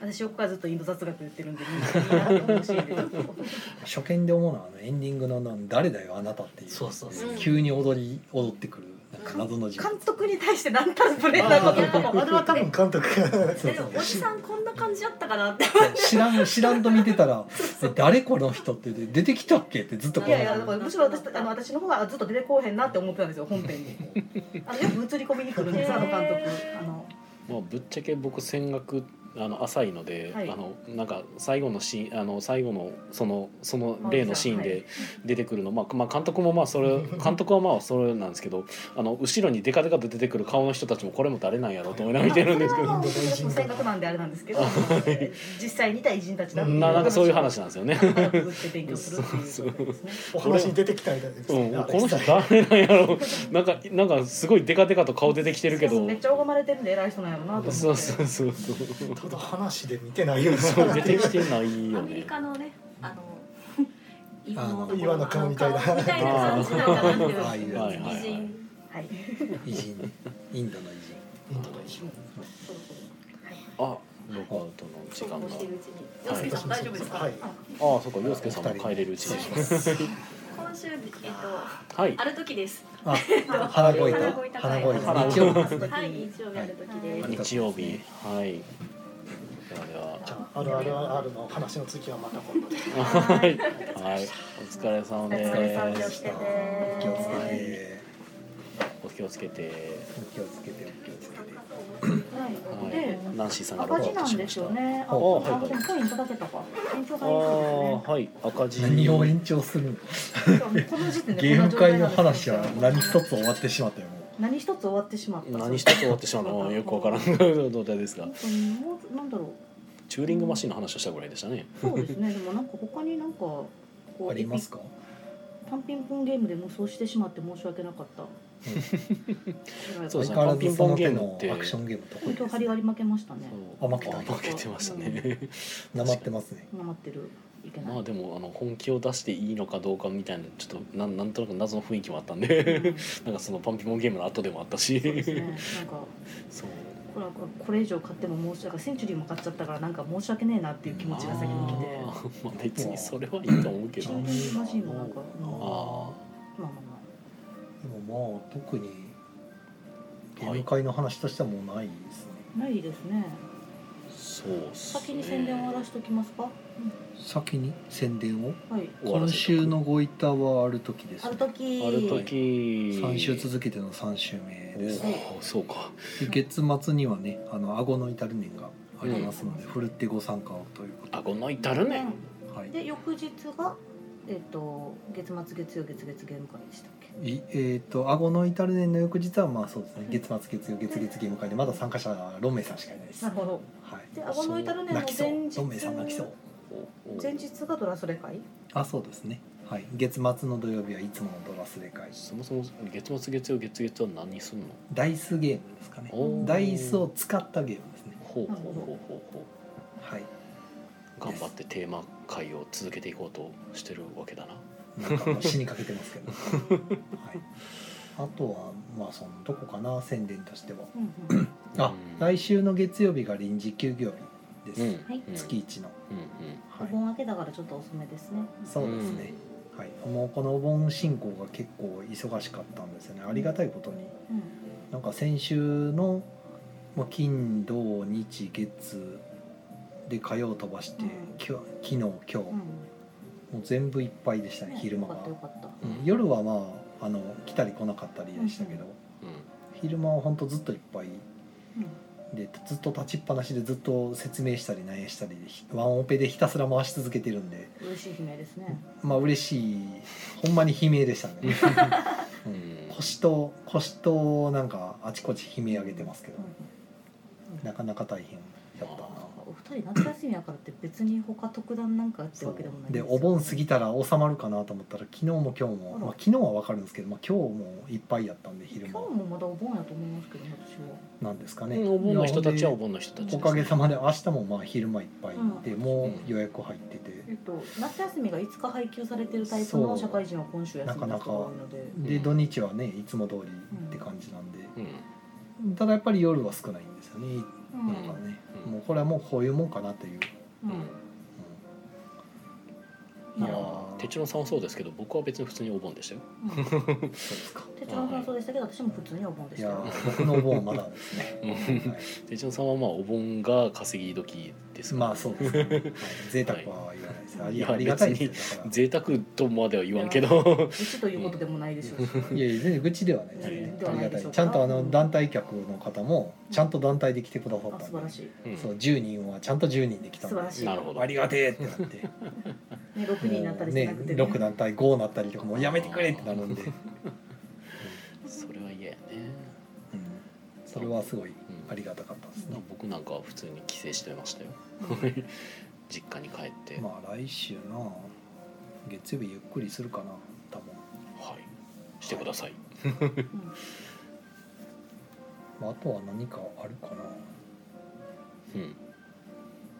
E: 私横からずっとインド雑学言ってるんでみんなに楽しいんでちょっと
B: 初見で思うのはあのエンディングの「誰だよあなた」っていう
C: そうそう
A: そう
B: 急に踊り踊ってくるなんか謎の字
E: 監督に対して何たる無礼なこと
C: 当
E: も
C: あれは多分監督が *laughs*
B: そう
D: でもおじさんこんな感じだったかなって
B: 知らん知らんと見てたら「え誰この人」って出てきたっけってずっと
E: い
B: こ
E: やいやだ
B: う
E: からむしろ私あの私の方がずっと出てこうへんなって思ってたんですよ本編
A: *laughs*
E: にあのよく映り込みに来るんですあの監督あの
A: まあ、ぶっちゃけ僕戦学あの浅いので、
E: はい
A: あのなんか最後のシーンあの最後のそのその例のシーン
E: は
A: で出てくるの、まあ、まあ監督もまあそれ監督はまあそれなんですけどあの後ろにデカデカと出てくる顔の人たちもこれも誰なんやろうと思いながら見てるんですけど
E: まあそれはもう性格なんであれなんですけど実際にいた偉人たち
A: ななんかそういう話なんですよね。
E: 仲良くって勉強する
A: *laughs*
E: っていうことですね
C: お話に出てきたみたいです
A: う
C: ね
A: ん、
C: あれ
A: この人誰なんやろうなんかなんかすごいデカデカと顔出てきてるけど
E: めっちゃ拝まれてるんで偉い人なんやろうなと思って
A: そうそうそうそう
C: ただ話で見てないような
A: そう出
C: *laughs*
A: てきてない
D: ア
A: よ
D: メリ
A: ね。
D: カのねあの
B: あの
D: 岩の
C: 岩の顔みたいな
D: あの顔みたいな感じなんかなって
B: ああいう
A: はいはいはい
D: 美人
E: はい
B: 偉人インドの偉人
C: インドの一
D: そ
C: 部
D: うそう
A: あログアウトの時間
D: そうこうしてる
A: が
D: うちに洋介さん大丈夫ですか、
C: はい
A: ああそうか洋介さんも帰れるうちです
D: 今週えっと
A: はい
D: ある時です
B: あ腹声
D: 腹
B: と
D: 声高い
B: 腹声
A: 腹
B: と日
A: 声
B: 曜日
D: はい日曜日ある時です、
B: はい
A: 日曜日はいではでは
C: じゃああるあるあるの話の次はまた今度で
A: はい、はい、お疲れ様
E: お疲れ様
A: で
E: で
A: し
E: したた
B: お気をつけて
A: お気をつけ
B: お気をつけて
A: て
B: お気をつけて
A: は
E: で
A: い、ナンシーさんがロ
E: 赤
A: グアウトし
E: 字なん
A: ま
E: で
A: し
E: す
A: た
E: よね。
A: あ
E: あ、
A: はい
E: あでもコインいただけたか。延長
A: あ
E: がいい
A: あはい赤字
B: 何を延長するの
E: です
A: *laughs*
E: ね。この時点で
B: ゲーム会の
E: こんな
B: 話
E: 状態
B: は
E: なんです
B: 何一
E: よ
B: つ終わってしまったよも
E: 何一つ終わってしまった。
A: 何一つ終わってしまうのはよくわからん
E: 本
A: 状態ですが
E: 当にもうなんだろう。
A: チューリングマシンの話をしたぐらいでしたね
E: そうですね。でもなんか他になんかこ
B: う
E: う
B: あります
E: エ
B: か
E: ピ単品分ゲームで無双してしまって申し訳なかった。 *laughs*
A: そうで
B: 相
A: すね
B: 変わらずその手
A: パンピンポン
B: の
A: ゲームって
B: アクションゲーム得
E: 本
B: 意
E: 当
B: で
E: 張
B: す
E: りがり負けましたね。
A: あ
B: あ負けた
A: 負けてましたね
B: なまってますね
E: なまってる。いけない。
A: まあでもあの本気を出していいのかどうかみたいなちょっとなんなんとなく謎の雰囲気もあったんで *laughs* なんかそのパンピモンゲームの後でもあったし
E: そうですね。なんか。
A: そう
E: これはこれ以上買っても申し訳センチュリーも買っちゃったからなんか申し訳ねえなっていう気持ちが先に来て
A: あーまあ別にそれはいいと思うけ
E: チ
A: ど
E: ューリングマシーンもなんか、うんまあ
A: あ
E: まあ
B: でもまあ特にゲーム会の話としてはもうないですね、
E: まあないですね
A: あそうっすね
E: 先に宣伝を終わらしときますか、
B: 先に宣伝を
E: はい
A: 終わ
B: 今
A: らせとく
B: 週のごいたはある時です
E: ある
B: ね
E: 時
A: ある時
B: 3週続けての3週目です
A: おおそうか
B: で月末にはねあの顎の至る年がありますので、
E: うん
B: ふるってご参加をということ
A: 顎の至るね
E: ね
B: はい
E: で翌日が、えっと月末月曜月月ゲーム会でしたっけ
B: いえー、と顎の至る年の翌日はまあそうですね
E: うん
B: 月末月曜月月ゲーム会でまだ参加者はロンメイさんしかいないです、
E: な
B: は
E: るほど
B: い、
E: で顎の至る年の
B: 泣きそう
E: 前日
B: ロンメイさん泣きそう
E: 前日がドラソレ会
B: あそうですねはい月末の土曜日はいつものドラスレ会
A: そもそも月末月曜月月は何すんの
B: ダイスゲームですかね
A: おー
B: ダイスを使ったゲームですね
A: ほうほうほうほうほう
B: はい
A: 頑張ってテーマ会を続けていこうとしてるわけだな
B: なんかもう死にかけてますけ *laughs* ど、はい、あとはまあそのどこかな宣伝としては
E: うんうん
B: あ、
A: うん
B: 来週の月曜日が臨時休業日です、
E: はい
B: 月一の、
A: うんうん
B: は
E: お
B: い、
E: 盆明けだからちょっと遅めですね
B: そうですね、はい、もうこのお盆進行が結構忙しかったんですよねありがたいことに
E: うん
B: なんか先週の、まあ、金土日月で火曜飛ばして、
E: うん
B: きょ昨日今日、
E: うん
B: もう全部いっぱいでしたね
E: ね
B: 昼間
E: よか
B: は
E: ったよかった
A: うんうん
B: 夜はまああの来たり来なかったりでしたけど、
E: うん
B: 昼間はほんとずっといっぱい
E: うん
B: でずっと立ちっぱなしでずっと説明したりなんやしたりでひワンオペでひたすら回し続けてるんで
E: 嬉しい悲鳴ですね
B: まあ嬉しいほんまに悲鳴でしたね
E: *laughs*
A: うん
B: 腰と腰となんかあちこち悲鳴上げてますけど、
E: うん
B: なかなか大変やったな
E: お二人夏休みやからって別に他特段なんかって
B: そ
E: わけでもな
B: う
E: い
B: です
E: よ
B: お盆過ぎたら収まるかなと思ったら昨日も今日も
E: あ、ら
B: まあ、昨日は分かるんですけど、まあ、今日もいっぱいやったんで昼
E: 今日
B: 間
E: もまだお盆やと思いますけど私は
B: なんですかね、
A: うんお盆の人たちは
B: い
A: お
B: や
A: 盆の人たち
B: ほん
A: で
B: ですおかげさまで明日もまあ昼間いっぱいで、もう予約入ってて。
E: えっと夏休みが5日配給されてるタイプの社会人は今週休みの人が多いので
B: で
A: うん
B: 土日はねいつも通りって感じなんで、
A: うん
B: ただやっぱり夜は少ないんですよね、
E: うん
B: なんかね、
A: うん
B: もうこれはもうこういうもんかなという、
E: うん
A: うんい
E: い
A: や
E: や
A: ーてちろんさんはそうですけど僕は別に普通にお盆でしたよ
E: うん
B: そうですか
E: 手帳の感想でしたけど私も普通にお盆で
B: い
E: し
B: や
E: たよ
B: ー僕のお盆はまだですね、
A: *laughs*
B: はい
A: てちろんさんはまあお盆が稼ぎ時ですから
B: まあそうですね、はい、贅沢は言わないです、あ
A: い
B: り
A: や
B: ありがたいですよだか
A: 贅沢とまでは言わんけど
E: うちということでもないでしょうし
B: らいやいや全然愚痴ではないですね、
E: うん
B: ありが
E: ではないで
B: たい
E: しょ
B: う
E: か
B: ちゃんとあの団体客の方もちゃんと団体で来てくださっ
E: あ
B: た
E: 素晴
B: ん
E: ら
B: で、
E: しい
A: うん
B: そう10人はちゃんと10人で来た
E: 素
B: んで
E: 晴らしい
A: な
E: ね
A: るほど
B: ありがてえってな
E: *laughs*
B: って
E: 6人になったりしな
B: ね
E: くて
B: 6なったり5なったりとかもうやめてくれってなるんで、
E: *laughs*
A: それは嫌やね
B: うんそれはすごい
A: うん
B: ありがたかったですね、
A: 僕なんかは普通に帰省してましたよ *laughs* 実家に帰って、
B: まあ来週の月曜日ゆっくりするかな多分、
A: はいしてください、
E: うん
B: まあ、あとは何かあるかな
A: うん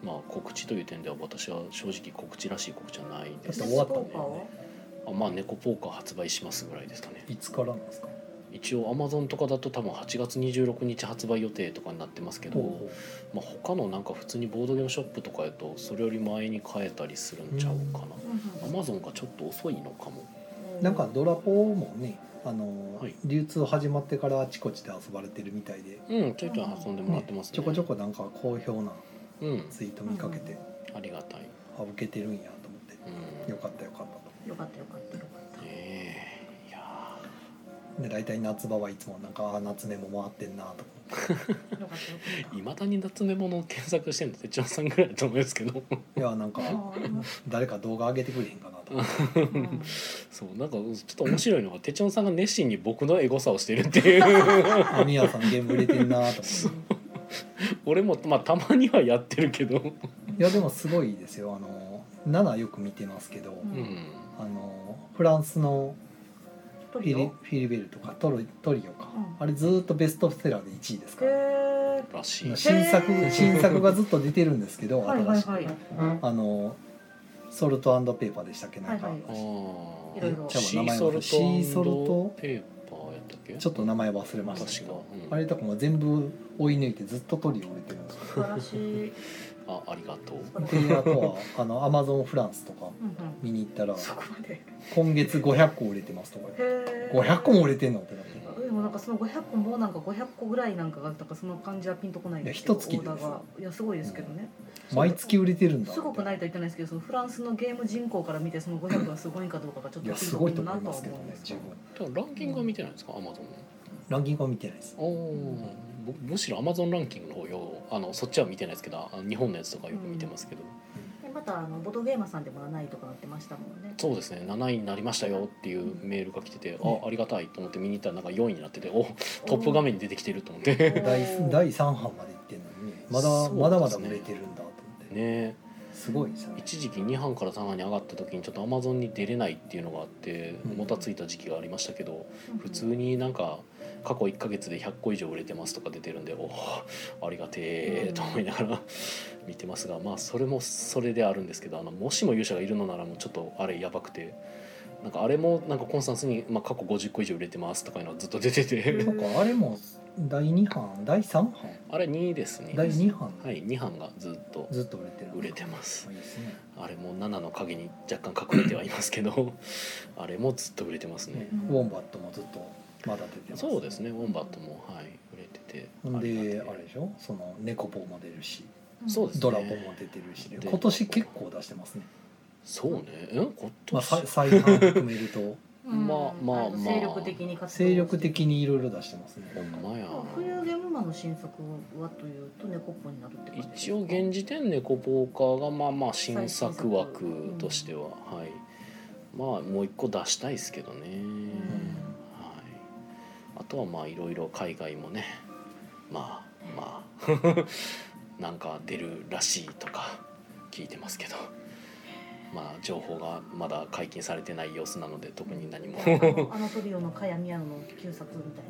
A: まあ告知という点では私は正直告知らしい告知はないで
B: だって
A: す
B: 終わったんだよね
A: あまあ猫ポーカー発売しますぐらいですかね
B: いつからなんですか
A: 一応アマゾンとかだと多分8月26日発売予定とかになってますけど、
B: ほ
A: まあ、他のなんか普通にボードゲームショップとかやとそれより前に買えたりするんちゃうかな、アマゾンがちょっと遅いのかも
B: うなんかドラポもねあの、
A: はい
B: 流通始まってからあちこちで遊ばれてるみたいで、
A: うんちょいちょい遊んでもらってますね
B: ちょこちょこなんか好評な
A: うん
B: ツイート見かけて、
A: ありがたい
B: あ受けてるんやと思っ
A: う
B: てよ
A: ん
B: かったよかっ
E: よかったよかったよかった
A: ええいや
B: たとで大体夏場はいつもなんかあー夏目も回ってんなとか
E: よかったよか
A: い
E: っ
A: まだに夏目物を検索してるのてちょさんぐらいだと思うんですけど *laughs*
B: いやなんか
E: たあー
B: 誰か動画上げてくれへんかなとか
E: うん
A: そうなんかちょっと面白いのがてちょさんが熱心に僕のエゴさをしてるっていう *laughs*
B: あみやさんゲーム売れてんなと思
E: *laughs*
B: って
A: 俺もまあたまにはやってるけど
B: いやでもすごいですよあの7よく見てますけど、
E: ん
A: うん
B: あのフランスの
E: ト
B: フ
E: リ
B: ィリ
E: オ
B: フィリベルとかトロトリオか、
E: うん
B: あれずーっとベストセラーで1位ですから、
E: へ
A: らしい
B: 新
E: へ
B: 作
E: ー
B: 新作がずっと出てるんですけど
E: ーはいはい
B: 新しい、
E: はい
B: あのソルトペーパーでしたっけなんか、
E: はいは
A: あー
E: いろいろ
A: シーソルト
B: シーソルト
A: ペーパーやったっけ
B: ちょっと名前忘れましたけ
A: 確か
B: ど、、
A: うん
B: あれとかも全部追い抜いてずっとトリオ売れてるん
A: *laughs*
B: ですよ
E: 素晴らしい
A: あありがとう
B: っていうあとはあのアマゾンフランスとか
E: うんうん
B: 見に行ったら
D: そこまで
B: 今月500個売れてますとか
E: へー
B: 500個も売れてんのってなって
E: でもなんかその500個もなんか500個ぐらいなんかがなんかその感じはピンとこないんですけど
B: いや一月
E: オー
B: で
E: ダ
B: です
E: ーがいやすごいですけどね、
B: 毎月売れてるんだ
E: すごくないいとは言ってないですけどそのフランスのゲーム人口から見てその500がすごいかどうかがちょっ
B: い
E: と
B: や
E: ピン
B: す
E: と
B: ご
E: こ
B: いと
E: るな
B: 思い
E: と
B: ま
E: は
B: すけど
E: 思うん
B: ね
E: ですけ
B: 十
E: ど
B: 分
A: ただランキングは見てないんですかアマゾンの
B: ランキングは見てないです
A: おお、ぼむしろアマゾンランキングの方よあのそっちは見てないですけどあ日本のやつとかよく見てますけど、
E: でま方あのボードゲーマーさんでも7位とかなってましたもんね。
A: そうですね7位になりましたよっていうメールが来てて、あありがたいと思って見に行ったらなんか4位になってておトップ画面に出てきてると思ってね
B: 第第3版まで行ってるのに *laughs* ねまだ、
A: そうですね
B: まだまだ売れてるんだと思って、
A: え
B: すごいですよね
A: 一時期2班から3班に上がった時にちょっとアマゾンに出れないっていうのがあって
B: うん
A: もたついた時期がありましたけど
E: うん
A: 普通になんか過去1ヶ月で100個以上売れてますとか出てるんでおーありがてえと思いながら見てますがまあそれもそれであるんですけどあのもしも勇者がいるのならもうちょっとあれやばくてなんかあれもなんかコンスタンスに、まあ、過去50個以上売れてますとかいうのがずっと出てて
B: そうかあれも第2版第3版
A: あれ2ですね
B: 第2版、
A: はい2班がずっと
B: ずっと売れてる
A: 売れてます
B: いいですね
A: あれも7の影に若干隠れてはいますけどあれもずっと売れてますね
B: ねウォンバットもずっとまだ出てます
A: そうですねウォンバットもはい売れてて
B: ほんで
A: が
B: あ
A: て
B: れ
A: え
B: でしょその猫棒も出るし
A: そうですね
B: ドラボも出てるし
A: で
B: 今年結構出してますね、
A: そうねえ今
B: まあ、
A: 年、
B: さ再販含めると
A: *laughs*
E: うん
A: まあまあ
E: の精力的に活動
B: 精力的にいろいろ出してますね
A: ほんまや
E: 冬ゲームマンの新作はというと猫っぽになるって感じです
A: 一応現時点でコポーカーがまあまあ新作枠
E: うん
A: としては、はいまあもう一個出したいですけどね、はいあとはまあいろいろ海外もねまあ *laughs* まあなんか出るらしいとか聞いてますけどまあ情報がまだ解禁されてない様子なので特に何も
E: あのトリオのカヤミヤの旧作みたい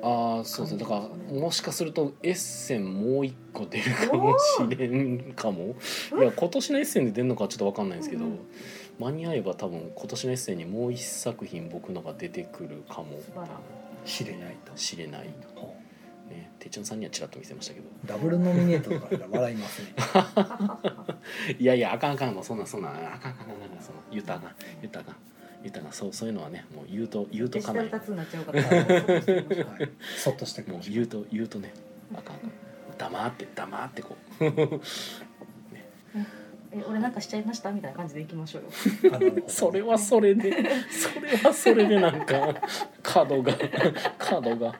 E: な
A: ああそうですねだからもしかするとエッセンもう一個出るかもしれんかもいや今年のエッセンで出るのかはちょっと分かんないんですけど、
E: うんうん
A: 間に合えば多分今年のエッセンにもう一作品僕のが出てくるかも
E: 素晴らし
B: 知
E: い
B: れないと
A: 知れない、
B: ほ
A: ね、てっちゃんさんにはちらっと見せましたけど
B: うダブルノミネートとかしたら笑います
A: *laughs*
B: ね
A: いやいやあかんあかんもうそんなんそんなんあかんあかんあかんあかんその言ったらあかん言ったらあかん言ったらあかんそうそういうのはねもう言うと言うと
E: デジ
A: か
E: タ
A: ない
E: ルタツーになっちゃうからそうしてみましょう
B: はいそっとしてくれ
A: もう
B: ました
A: 言うと言うとねあかんあかん黙って黙ってこう
E: え俺なんかしちゃいましたみたいな感じでいきましょうよ
B: あなるほど
A: *laughs* それはそれでそれはそれでなんか角が角がはい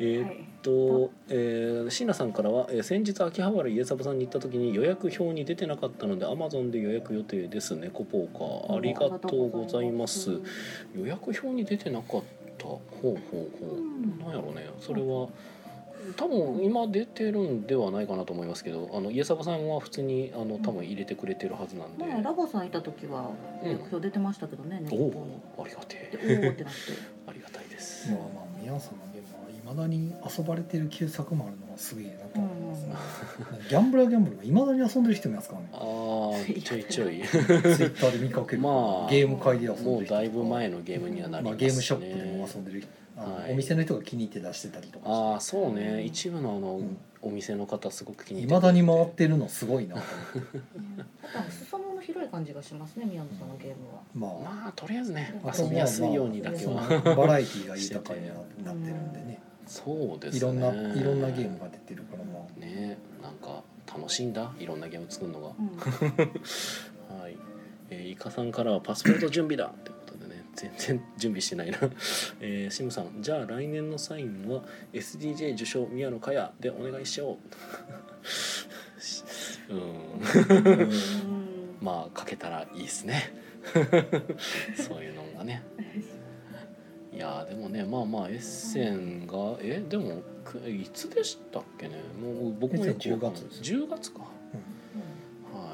A: えーっと、えー椎名さんからは、えー先日秋葉原家サブさんに行った時に予約表に出てなかったので Amazon で予約予定ですねコポーカーありがとうございます予約表に出てなかったほうほうほ
E: うん
A: うなんやろうねそれは多分今出てるんではないかなと思いますけどあの家サブさんは普通にあの多分入れてくれてるはずなんで、
E: ねラボさんいた時は
A: うん
E: 目標出てましたけどね
A: お
E: 猫っぽに
A: おありがて
E: で
A: え
E: おーってなって
A: *laughs* ありがたいです、
B: まあまあ皆さんのゲームはいまだに遊ばれてる旧作もあるのがすげえなと思いますね、ギャンブラーギャンブルもいまだに遊んでる人いますからね
A: あ
B: *laughs*
A: ーちょいちょい
B: ツイッターで見かける、
A: まあ
B: ゲーム会で遊んでる人
A: もうだいぶ前のゲームにはなり
B: ま
A: ま
B: あ、
A: すね、
B: ゲームショップでも遊んでる人あの、
A: はい
B: お店の人が気に入って出してたりとかして
A: ああそうね一部のあの、
B: うん
A: お店の方すごく気に入
B: い
A: って
B: ま
A: くれ
B: だに回ってるのすごいなと思って
E: あと裾野の広い感じがしますね宮野さんのゲームは
B: まあ
A: まあとりあえずね
E: あと
A: 遊びやすいようにだけ
B: その
A: は *laughs*
B: バラエティーが豊かにななってるんでね
A: そうですね
B: いろんないろんなゲームが出てるから
A: *laughs*
B: まあ
A: ねなんか楽しいんだいろんなゲーム作るのが
E: うん
A: はい、えー、イカさんからはパスポート準備だってことでね *laughs* 全然準備してない *laughs* な、えー、シムさんじゃあ来年のサインは SDJ 受賞宮野佳也でお願いしよう *laughs* しうん
E: うん
A: まあ書けたらいいですね *laughs* そういうのがねいやーでもねまあまあエッセンがえでもくいつでしたっけねもう僕もよくわかんない
B: エッセン10月です
A: 10月かは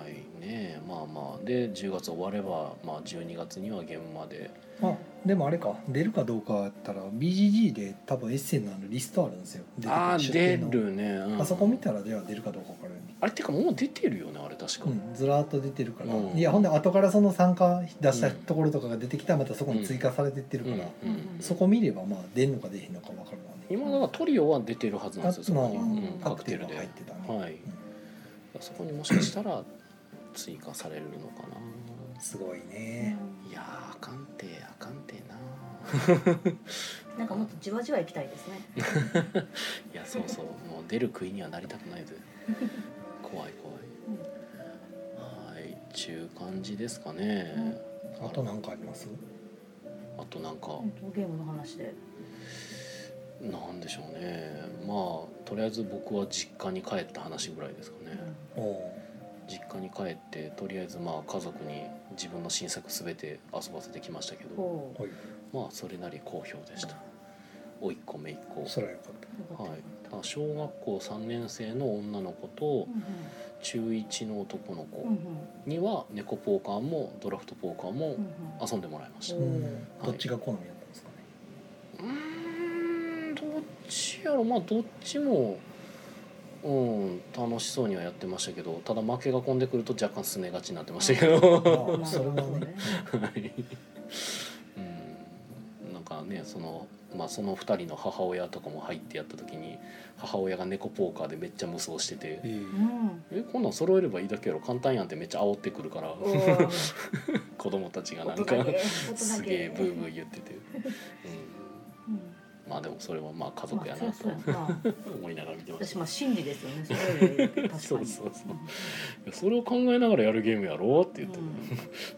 A: いねまあまあで10月終われば、まあ、12月には現場で
B: まあでもあれか出るかどうかやったら BGG で多分エッセンのあのリストあるんですよ出てく
A: ああ
B: 出
A: 出
B: 店の
A: るね、うん
B: あそこ見たらでは出るかどうか分からない
A: あれってかもう出てるよねあれ確か、
B: うん、ずらーっと出てるから、
A: うん
B: いやほんで後からその参加出したところとかが出てきたらまたそこに追加されてってる
A: う
B: か
A: ん
B: ら、
A: うん
B: そこ見ればまあ出んのか出へんのか分かるわね
A: 今だからトリオは出てるはずなんですよそこに、
B: あ
A: うん、
B: カ
A: カ
B: ク
A: ク
B: テ
A: テ
B: ル
A: ル
B: が
A: で
B: 入ってたね、
A: はい
B: うん
A: そこにもしかしたら追加されるのかな
B: すごいね、
A: いやーあかんてあかんてな
E: なんかもっとじわじわ行きたいですね
A: いやそうそうもう出る杭にはなりたくないぜ *laughs* 怖い怖い、はいちゅう感じですかね、
B: あと何かあります
A: あとなんか、
E: 本当ゲームの話で
A: なんでしょうねまあとりあえず僕は実家に帰った話ぐらいですかね、
B: おー
A: 実家に帰ってとりあえずまあ家族に自分の新作すべて遊ばせてきましたけど
E: ほう
B: はい
A: まあそれなり好評でした甥っ子姪っ子
B: それはよかった
A: はい、だから小学校3年生の女の子と中1の男の
E: う
A: 子
E: んうん
A: には猫ポーカーもドラフトポーカーも
E: うん
A: 遊んでもらいました
E: う
A: うん
B: うんどっちが好みだったんです
A: *laughs*
B: かね
A: ーんどっちやろまあどっちもうん楽しそうにはやってましたけどただ負けが込んでくると若干すねがちになってましたけ
E: *laughs*
A: ど
E: うん
B: まあそれはね
A: はいうんなんかねその,、まあ、その2人の母親とかも入ってやった時に母親が猫ポーカーでめっちゃ無双してて
B: え
E: うんうん
A: 「えこんなん揃えればいいだけやろ簡単やん」ってめっちゃ煽ってくるから
E: おー
A: 子供たちがな
E: 大人
A: んか
E: げ
A: すげえブーブー
E: ー
A: 言ってて、
E: うん
A: うん、まあでもそれはまあ家
E: ま
A: 族や
E: あそり
A: な
E: ゃそ
A: と
E: うやな
A: 思いながら見てまし
E: 私
A: た。
E: まあ真理ですよねそれより確かに
A: そうそうそういやそれを考えながらやるゲームやろって言って、
E: うん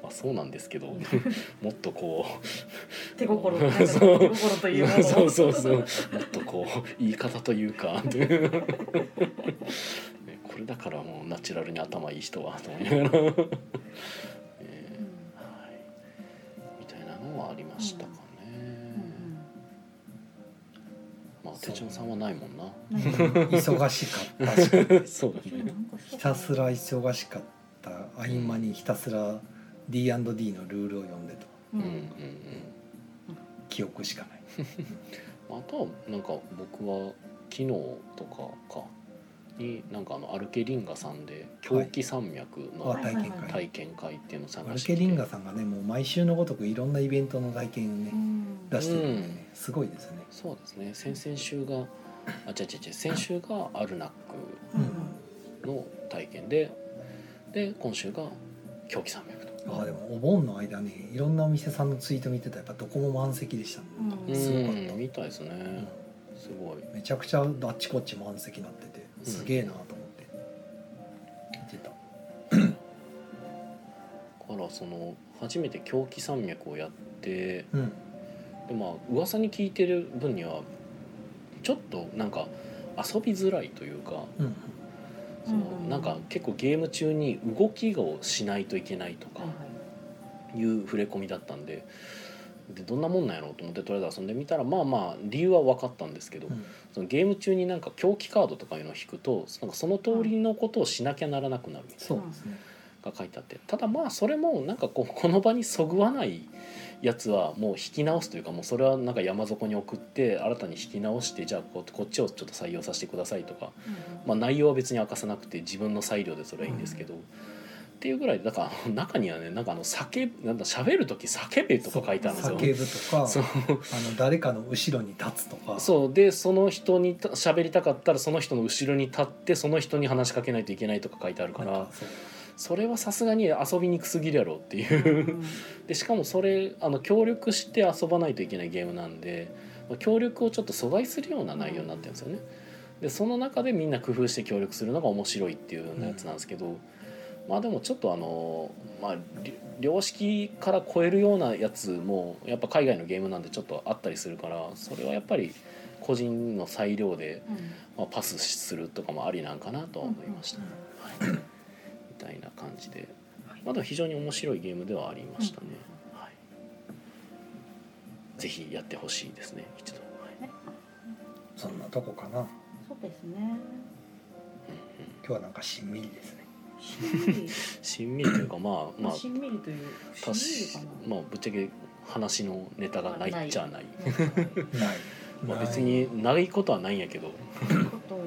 A: まあそうなんです
E: *laughs*
A: けどもっとこう
E: 手心
A: うん
E: なんか手心というも
A: *laughs*
E: の
A: そうそうそうもっとこう言い方というか *laughs* というねこれだからもうナチュラルに頭いい人はと思いなが
E: *laughs*
A: ら、ねはい、みたいなのはありましたかね、
E: うん
A: まあ手順さんはないもんな
E: うんなんか
B: 忙しかったし
A: そうだね
B: ひたすら忙しかった合間にひたすら D&D のルールを読んでた
E: う
A: うんうんうん
E: ん
B: 記憶しかない
A: まああとはなんか僕は昨日とかかになんかあのアルケリンガさんで狂気山脈の
B: あ体験
E: はい
B: 会
A: 体験会っていうのを
B: ア
A: 探
B: ル
A: して
B: ケ
A: て
B: リンガさんがねもう毎週のごとくいろんなイベントの体験をね
E: うん
B: 出してるんでねすごいですね
A: そうですね先々週があ違う違う違う先週がアルナッ
E: うん
A: クの体験でで今週が狂気山脈と
B: ああでもお盆の間ねいろんなお店さんのツイート見てたらやっぱどこも満席でしたね
E: うん
B: すごかった
A: うんみたいですねすごい
B: めちゃくちゃあっちこっち満席になっててすげえなと思って見てた
A: だからその初めて狂気山脈をやって
B: うん
A: でまあ噂に聞いてる分にはちょっとなんか遊びづらいというか
B: うん
A: そのなんか結構ゲーム中に動きをしないといけないとか
E: はいはい
A: いう触れ込みだったんででどんなもんなんやろうと思ってとりあえず遊んでみたらまあまあ理由は分かったんですけど
B: うん
A: そのゲーム中になんか狂気カードとかいうのを引くとなんかその通りのことをしなきゃならなくなるみたい
B: そうですね
A: なのが書いてあってただまあそれもなんかこうこ *laughs* の場にそぐわないやつはもう引き直すというかもうそれはなんか山底に送って新たに引き直してじゃあここっちをちょっと採用させてくださいとかまあ、内容は別に明かさなくて自分の裁量でそれはいいんですけど、っていうぐらいでだからあの中にはねなんかあの叫なんだ喋る時叫べとか書いてあるんですよ。
B: 叫ぶとか
A: そう
B: あの誰かの後ろに立つとか
A: そうでその人にた喋りたかったらその人の後ろに立ってその人に話しかけないといけないとか書いてあるか
B: なん
A: ら
B: かそう
A: それはさすがに遊びにくすぎるやろって
E: うん
A: いううんでしかもそれあの協力して遊ばないといけないゲームなんでまあ協力をちょっと阻害するような内容になってるんですよね。でその中でみんな工夫して協力するのが面白いっていうようなやつなんですけど、まあでもちょっとあのまあり良識から超えるようなやつもやっぱ海外のゲームなんでちょっとあったりするからそれはやっぱり個人の裁量で、
E: うん
A: まあ、パスするとかもありなんかなとは思いました。
B: うん
A: はい、みたいな感じで、まあ、でも非常に面白いゲームではありましたね。はい、ぜひやってほしいですね一度、はい
B: そんなとこかな
E: そうですね
B: 今日はなんかしんみりですね
E: しんみり
A: しんみりというかまあまあ
E: しんみりという
A: た
E: し
A: し
E: んみり
A: まあぶっちゃけ話のネタがないっちゃない。
E: かななんか
B: ない
A: *laughs* まあ、別にないことはないんやけど
E: そういうことを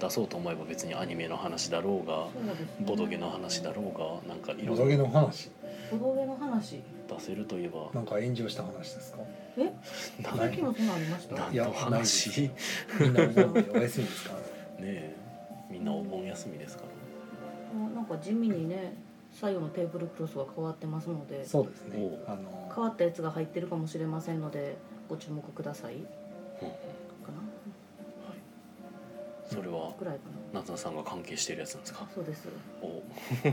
A: 出そうと思えば別にアニメの話だろうが
E: そうですね
A: ボドゲの話だろうがなんかい
B: ボ
A: ろ
B: ド
A: い
B: ゲ
A: ろ
B: の話
E: ボドゲの話
A: 出せるといえば
B: なんか炎上した話ですか
A: *laughs*
E: さっ
A: 何
E: きもそんなんありました
A: 何の話ね
B: みんな思うのでお休みですか
A: えみんなお盆休みですから。
E: あなんか地味にね左右のテーブルクロスが変わってますので
B: そうですね
A: おう
B: あ
E: 変
B: の
E: わったやつが入ってるかもしれませんのでご注目ください
A: うんうん
E: かな
A: それは
E: ぐらいかな
A: 夏菜さんが関係してるやつなんですか
E: あそうです
A: お
E: あ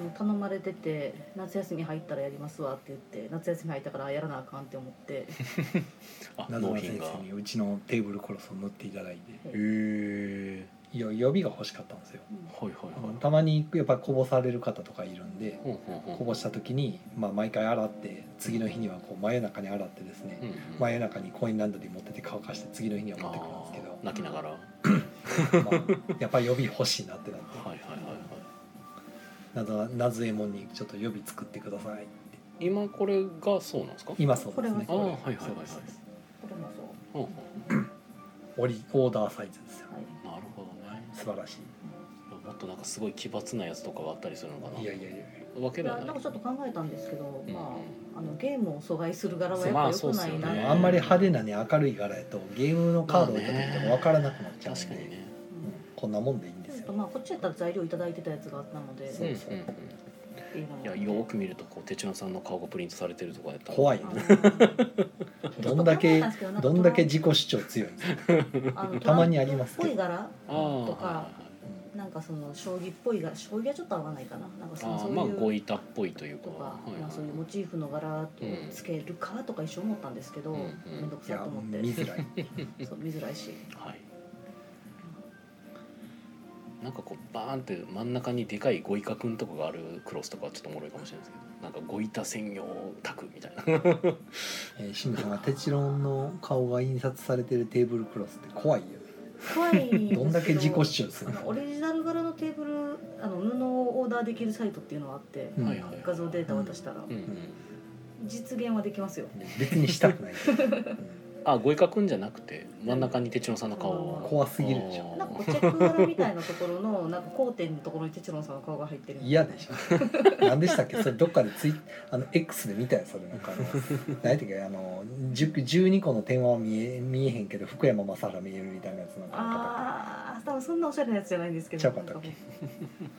E: の頼まれてて夏休み入ったらやりますわって言って夏休み入ったからやらなあかんって
B: *laughs*
E: 思って
A: あ
B: 謎
A: 納
B: の
A: 品
B: 先
A: が
B: 生にうちのテーブルクロスを塗っていただいて
A: へえ
B: いや予備が欲しかったんですよ
A: ほいほいほい
B: たまにやっぱこぼされる方とかいるんで
A: ほうほうほう
B: こぼした時に、まあ、毎回洗って次の日にはこう真夜中に洗ってですね、
A: うんうん
B: 真夜中にコインランドリー持ってって乾かして次の日には持ってくるんですけ
A: あー泣きながらはい
B: ど、まあ、やっぱ予備欲しいなってなって
A: はいはいはい
B: なぞなずえもんにちょっと予備作ってください
A: 今これがそうなんですか
B: 今そうですね
A: ああはいはいは
B: そ
A: いうは
B: で
A: い
B: すそうです
E: れもそう
A: ほうほ
B: オリオーダーサイズですよ
E: はい、
A: うなるほどね
B: 素晴らし
A: もっとなんかすごい奇抜なやつとかがあったりするのかない
B: いやいやいや
A: わけ
E: い
A: で
E: や
A: はない
E: なんかちょっと考えたんですけど、
A: うん
E: まあ、あのゲームを阻害する柄はやっ
A: ま
E: ぱ良くないな、
A: あそうっすよね
B: あんまり派手なね明るい柄やとゲームのカードを置いた時とか分からなくなっちゃうんで、
A: 確かにね
B: うんこんなもんでいいんで
E: うん
B: す
E: ちょっと
B: よ
E: まあこっちやったら材料いただいてたやつがあったので
A: うん
B: そううんそう
A: う
E: っていうのも
A: んいやよく見るとこう手順さんの顔がプリントされてるとかやったら
B: 怖い
E: あ
B: よ
E: の
B: ね
E: ち
B: *laughs* ど
E: ょっ
B: ん
E: と
B: だ
E: 考え
B: け
E: たんですどなんか
B: どんだけ自己主張強いんですか
E: あ
B: *laughs*
E: の
B: たまにあります
E: トラ
B: け
E: ンプっぽい
B: ど、
E: 柄
A: ああ
E: とか
A: はいはいはい
E: なんかその将棋っぽいが将棋はちょっと合わないかななんかその
A: あ
E: そ
A: あ
E: ういう
A: まあご板っぽいというか
E: とか、
A: はいはい
E: まあ、そういうモチーフの柄をつけるかとか一生思ったんですけど
A: うん
E: 面
A: うん
E: 倒、
B: い
E: くさい
B: や
E: と思って
B: 見づ
E: *laughs*
B: らい
E: そう見づらいし
A: はいなんかこうバーンって真ん中にでかいごイカくんとかがあるクロスとかはちょっとおもろいかもしれないですけどなんかごイタ専用卓みたいな
B: えー、シムさんがテチロンの顔が印刷されてるテーブルクロスって怖いよね
E: 怖いですけ
B: *laughs* どんだけ自己主張す
E: あ
B: る
E: *laughs* の
B: の
E: オリジナル柄のテーブルあの布をオーダーできるサイトっていうのがあって、
B: うん
A: はいはい
E: 画像データ渡したら、
A: うんうん
E: 実現はできますよ
B: 別にしたくない、
A: あごイカくんじゃなくて真ん中に哲郎さんの顔
B: うん
A: を
B: 怖すぎるでしょ
E: なんかこうチェック柄みたいなところの *laughs* なんか交点のところにテチロンさんの顔が入ってる
B: 嫌でしょ何でしたっけそれどっかでツイあの X で見たよそれなんかあの何ていうかあの10 12個の点は見え見えへんけど福山雅治は見えるみたいなやつなんかなかっ
E: ああ多分そんなおしゃれなやつじゃないんですけど
B: ちゃうかったっけ
E: なんも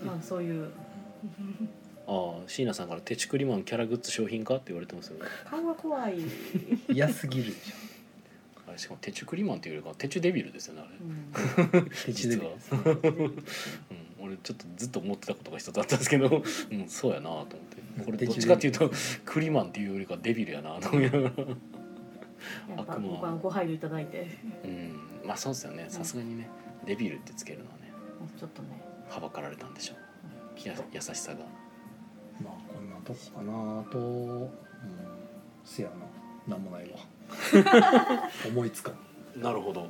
E: うまあそういう
A: ああ椎名さんから「テチクリマンキャラグッズ商品化?」って言われてますよ
E: 顔が怖い、
B: たっけ嫌すぎるでし
A: あれしかも「テチクリマン」っていうよりかは「テチュデビル」ですよねあれ
E: う、
B: *laughs*
E: ん
B: ょ手で
A: *laughs* 実は、うん、俺ちょっとずっと思ってたことが一つあったんですけど、 *laughs* うん、そうやなと思ってこれどっちかっていうとクリマンっていうよりかデビルやなと思いながら
E: やっぱ
A: 悪魔
E: ご番ご配慮いただいて
A: うんまあそうですよねさすがにねデビルってつけるのはね
E: ちょっとね
A: はばかられたんでしょうや優しさが
B: まあこんなとこかなあとうんせやななんもないわ
A: *laughs*
B: 思いつかん
A: なるほど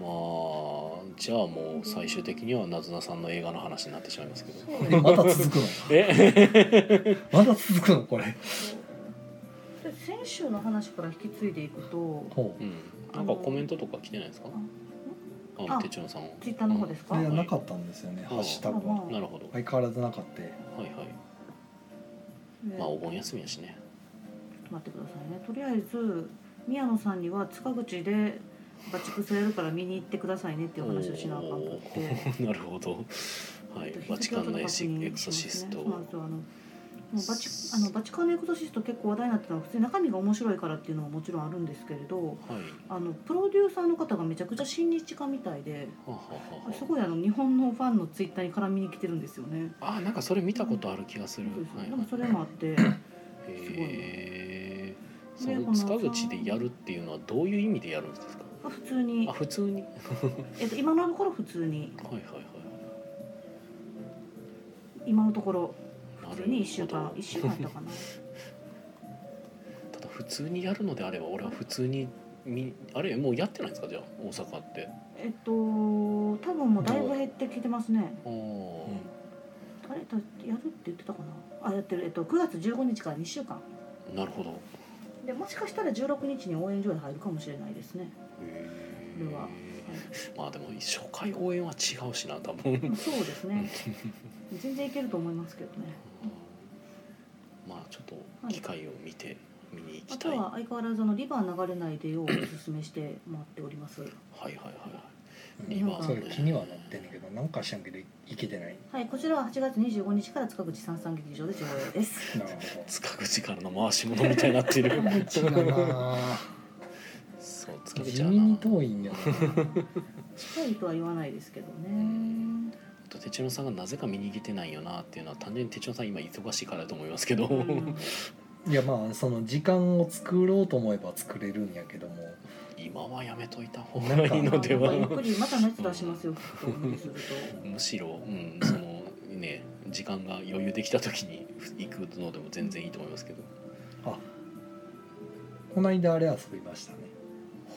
A: まあじゃあもう最終的にはなずなさんの映画の話になってしまいますけど
E: そう
B: え
E: で
B: また続くの
A: え
B: まだ続くのこれ
E: すで先週の話から引き継いでいくと
B: ほ
A: うんなんかコメントとか来てないですかあ
E: あ
A: てちのさんは
E: ツイッターの方です
B: う
E: か、
B: いやなかったんですよね
A: ん
B: ハッシュタグは
E: うん
A: なるほどはい
B: 相変わらずなかった
A: はい
E: ね
A: まあお盆休みやしね
E: 待ってくださいねとりあえず宮野さんには塚口でバチクソやるから見に行ってくださいねっていう話をしなあかんくって
A: おー *laughs* なるほどはいバチカン内シエクソシスト
E: そうなんですよあのもうバチあのバチカンのエクソシスト結構話題になってたのは普通に中身が面白いからっていうのももちろんあるんですけれど
A: はい
E: あのプロデューサーの方がめちゃくちゃ親日家みたいで
A: はあはあは
E: すごいあの日本のファンのツイッターに絡みに来てるんですよね。
A: ああなんかそれ見たことある気がす
E: そ
A: る
E: うです
A: は
E: ね
A: い
E: でもそれもあってすごいな
A: へえそ
E: で
A: の
E: この
A: 塚口でやるっていうのはどういう意味でやるんですか
E: まあ普通に
A: あ、普通にはい
E: えっと、今のところ普通に
A: はいはい
E: 今のところ
A: なるほ
E: 普
A: ど
E: 通に1週間1週間やっ
A: *laughs*
E: たかな
A: ただ普通にやるのであれば俺は普通にみあれもうやってないんですかじゃあ大阪って
E: えっと多分もうだいぶ減ってきてますね
A: あー
E: あれだやるって言ってたかなあやってる、えっと、9月15日から2週間
A: なるほどへ
E: でもしかしたら16日に応援所に入るかもしれないですね、
A: え
E: これは
A: まあでも初回応援は違うしな多分
E: はい、そうですね
A: *laughs*
E: 全然いけると思いますけどね
A: まあちょっと機会を見て見に行
E: あ
A: きた
E: と
A: い、
E: は相変わらずあのリバー流れないでようおすすめしてもらっております
A: はいはいはいはい
B: うん
E: 今は
B: それ気にはなってんねんけどなんか知らんけどいいけてない
E: はいこちらは8月25日から塚口三三劇場で上映です
B: なる
A: 塚口からの回し物みたいになって
E: *laughs*
A: る
B: ほど違うな
A: そう塚口
B: 地
A: や
B: 味に
A: な
B: 遠いんやな
E: 近いとは言わないですけど
A: ん
E: ね
A: あと哲郎さんがなぜか見に来てないよなっていうのは単純に哲郎さん今忙しいからだと思いますけど、
E: うん
B: いやまあその時間を作ろうと思えば作れるんやけども
A: 今はやめといた方がいいので
E: ゆっく
A: は
E: りまた熱出しますよ。きっと無理すると
A: むしろ、うん、そのね時間が余裕できた時に行くのでも全然いいと思いますけど
B: あこの間あれ遊びましたね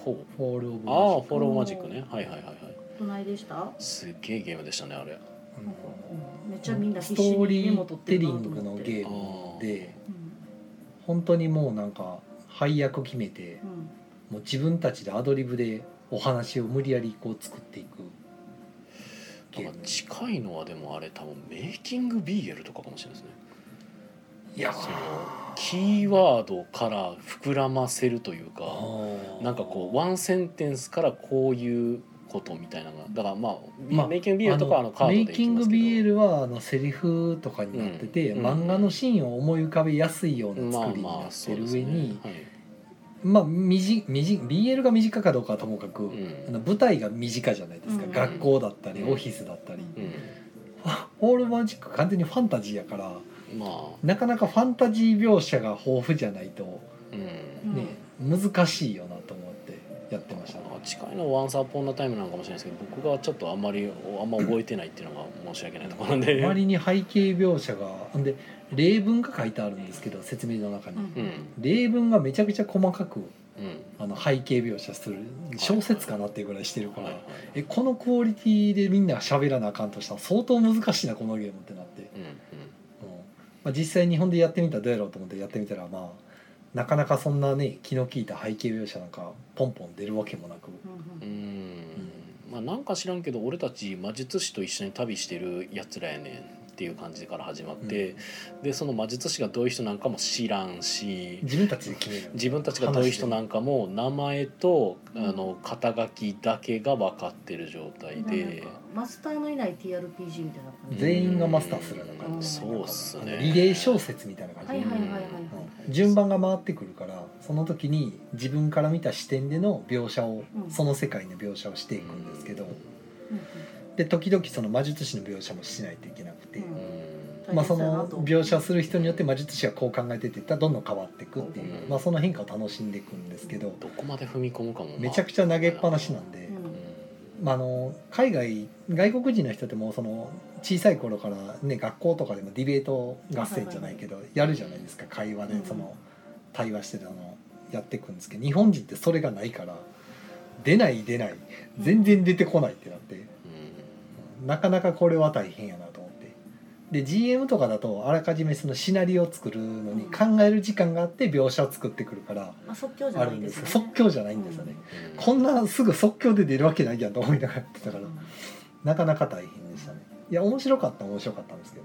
A: ほ
B: 「フォール・オブ・
A: うああフォローマジックねはいはいはいはい
E: どないでした？
A: すっげえゲームでしたねあれ
E: うんめっちゃみんな
B: ス
E: 必
B: ト
E: 死
B: ー
E: に
B: リ
E: メモ
B: ー
E: 取っ
B: テ
E: て
B: リ
E: るなと
B: ング
E: 思
B: の
E: って。
B: ゲ
E: リングのゲ
B: ームで
E: ー
B: 本当にもうなんか配役決めて
E: ム。うん
B: もう自分たちでアドリブでお話を無理やりこう作っていくゲ
A: な
B: ー
A: んか
B: ム
A: 近いのはでもあれ多分メイキング BL とかかもしれないですね
B: いや
A: そのキーワードから膨らませるというかなんかこうワンセンテンスからこういうことみたいなのがだからまあ、
B: まあ
A: メイキング BL とかはあのカードで
B: メ
A: い
B: イキ
A: き
B: ン
A: ま
B: グ
A: すけど
B: BL はあのセリフとかになってて、
A: うん
B: 漫画のシーンを思い浮かべやすいような作
A: まあ
B: りに
A: ま
B: なっ
A: あそ
B: て
A: う
B: る
A: です
B: 上
A: ね
B: に、
A: はい
B: まあ短短 BL が短かどうかはともかく、
A: うん
B: あの舞台が短じゃないですか、
E: うん
B: 学校だったり、
A: うん
B: オフィスだったり、
E: うん
A: う
B: オールマジック完全にファンタジーやから
A: ん、まあ、
B: なかなかファンタジー描写が豊富じゃないと、
A: うん
E: うん
B: ね難しいよなと思ってやってましたね、
A: 近いのは「ワンサーポンなタイムなのかもしれないですけど僕がちょっとあんまりあんま覚えてないっていうのが申し訳ないところなんで
B: あまりに背景描写がんで例文が書いてあるんですけど説明の中に、
A: うん
B: 例文がめちゃくちゃ細かく
A: うん
B: あの背景描写する小説かなっていうぐらいしてるから、
A: はいはい
B: えこのクオリティでみんなが喋らなあかんとしたら相当難しいなこのゲームってなって、
A: うんうん
B: うんまあ、実際日本でやってみたらどうやろうと思ってやってみたらまあなかなかそんなね気の利いた背景描写なんかポンポン出るわけもなく、
A: うーんまあなんか知らんけど俺たち魔術師と一緒に旅してるやつらやねんっていう感じから始まって、でその魔術師がどういう人なんかも知らんし
B: 自分たちで決める
A: 自分たちがどういう人なんかも名前とあ
E: うん
A: の肩書きだけが分かってる状態
E: なん
A: で
E: か。マスターのいない TRPG みたいな感じ。
B: 全員がマスターするような感じ
A: そうっすね
B: あのリレー小説みたいな感じ、
E: はいはいはいはいは
B: う
E: い。
B: ん順番が回ってくるからその時に自分から見た視点での描写を、
E: うん
B: その世界の描写をしていくんですけど、
E: うん
B: で時々その魔術師の描写もしないといけなくて、
E: うん
A: う
E: うん
B: まあ、そ
E: 大切だな
B: の
E: と
B: 描写する人によって魔術師がこう考えてっていったらどんどん変わっていくっていう、
A: うん
B: まあ、その変化を楽しんでいくんですけど
A: んどこまで踏み込むかも、まあ
B: めちゃくちゃ投げっぱなしなんで、
E: うん
B: まあ、あの海外外国人の人ってもうその小さい頃から、ね、学校とかでもディベート合戦じゃないけどやるじゃないですか会話
E: う
B: で
E: ん
B: その対話してたのやっていくんですけど日本人ってそれがないから出ない出ない全然出てこないってなって。なかなかこれは大変やなと思ってで GM とかだとあらかじめそのシナリオを作るのに考える時間があって描写を作ってくるから
E: まあ即興じゃ
B: あ
E: な
B: る
E: い
B: ん
E: で
B: ですす
E: よ
B: よ
E: ね。
B: 即興じゃないんですよね
A: うん
B: こんなすぐ即興で出るわけないやんと思いながらやってたから
E: うん
B: なかなか大変でしたねいや面白かった面白かったんですけど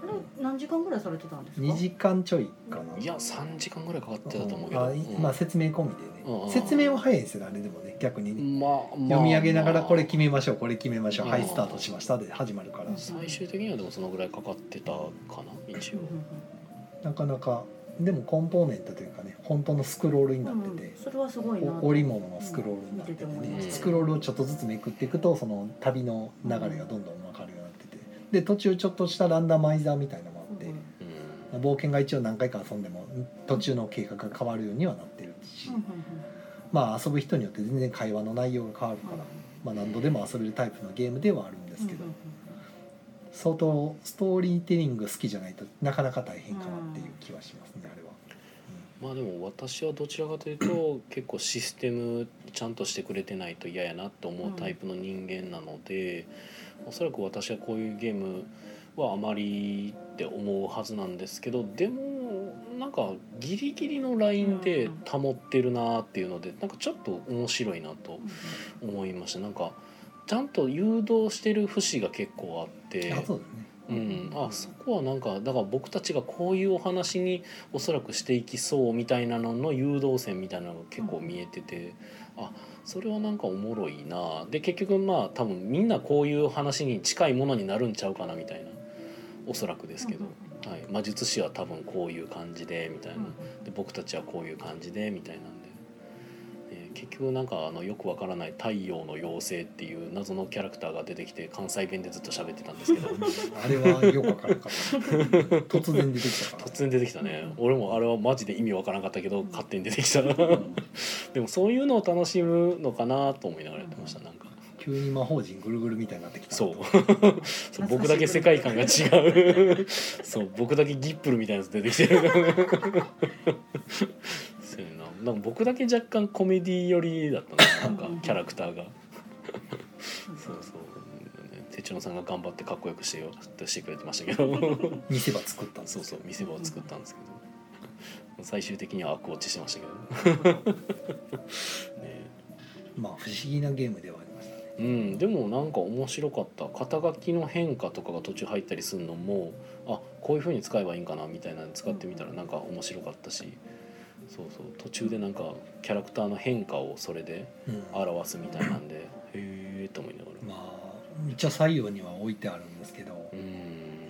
E: これ何時間ぐらいされてたんですか？
B: 2時間ちょいかない
A: や3時間ぐらいかかってたと思うけど、
B: あ
A: うん
B: まあ説明込みでね、
A: うん
B: 説明は早いんですよねあれでもね逆にね、
A: まあまあ
B: 読み上げながらこれ決めましょうこれ決めましょう、
A: うん
B: はいスタートしましたで始まるから、
E: うん
A: 最終的にはでもそのぐらいかかってたかな一
E: う
A: 応
E: んうんうん。
B: なかなかでもコンポーネントというかね本当のスクロールになって
E: うん
B: て
E: うん、それはすごいなと。
B: お織物のスクロールになってて,、
E: うん見て
A: 思
E: て
A: いました
B: スクロールをちょっとずつめくっていくとその旅の流れがどんどん分かるようになっててで途中ちょっとしたランダマイザーみたいなのもあって、
E: うん
A: うん
B: 冒険が一応何回か遊んでも途中の計画が変わるようにはなってるし、
E: うん
B: まあ遊ぶ人によって全然会話の内容が変わる
E: うん
B: か
E: うん
B: ら、まあ、何度でも遊べるタイプのゲームではあるんですけど、相当ストーリーテリング好きじゃないとなかなか大変かなっていう気はしますね、あれは。
A: まあでも私はどちらかというと結構システムちゃんとしてくれてないと嫌やなと思うタイプの人間なので、おそらく私はこういうゲームはあまりって思うはずなんですけどでもなんかギリギリのラインで保ってるなっていうのでなんかちょっと面白いなと思いましたなんかちゃんと誘導してる節が結構あって。
B: あそうですね
A: うん、あそこはなんかだから僕たちがこういうお話におそらくしていきそうみたいなのの誘導線みたいなのが結構見えてて、あそれはなんかおもろいなで結局まあ多分みんなこういう話に近いものになるんちゃうかなみたいなおそらくですけど、はい、魔術師は多分こういう感じでみたいな、で僕たちはこういう感じでみたいなんで、えー結局なんかあのよくわからない「太陽の妖精」っていう謎のキャラクターが出てきて関西弁でずっと喋ってたんですけど
B: あれはよくわからなかった突然出てきたから
A: 突然出てきたね俺もあれはマジで意味わからなかったけど勝手に出てきた *laughs* でもそういうのを楽しむのかなと思いながらやってましたなんか
B: 急に魔法陣ぐるぐるみたいになってきた
A: そうそう僕だけ世界観が違うそう僕だけギップルみたいなやつ出てきてる *laughs* そうやななんか僕だけ若干コメディ寄りだったななんかキャラクターがそうそう、ね、哲郎さんが頑張ってかっこよくしてよしてくれてましたけど
B: 見せ場作ったんです
A: そうそう見せ場を作ったんですけど最終的にはアク落ちしてましたけど
B: *laughs*
A: ね
B: まあ不思議なゲームではありましたね
A: うん、でもなんか面白かった肩書きの変化とかが途中入ったりするのもあこういう風に使えばいいんかなみたいなの使ってみたらなんか面白かったしそうそう途中でなんかキャラクターの変化をそれで
B: うん
A: 表すみたいなんでへえと思いながら
B: まあ一応採用には置いてあるんですけど
A: う、ん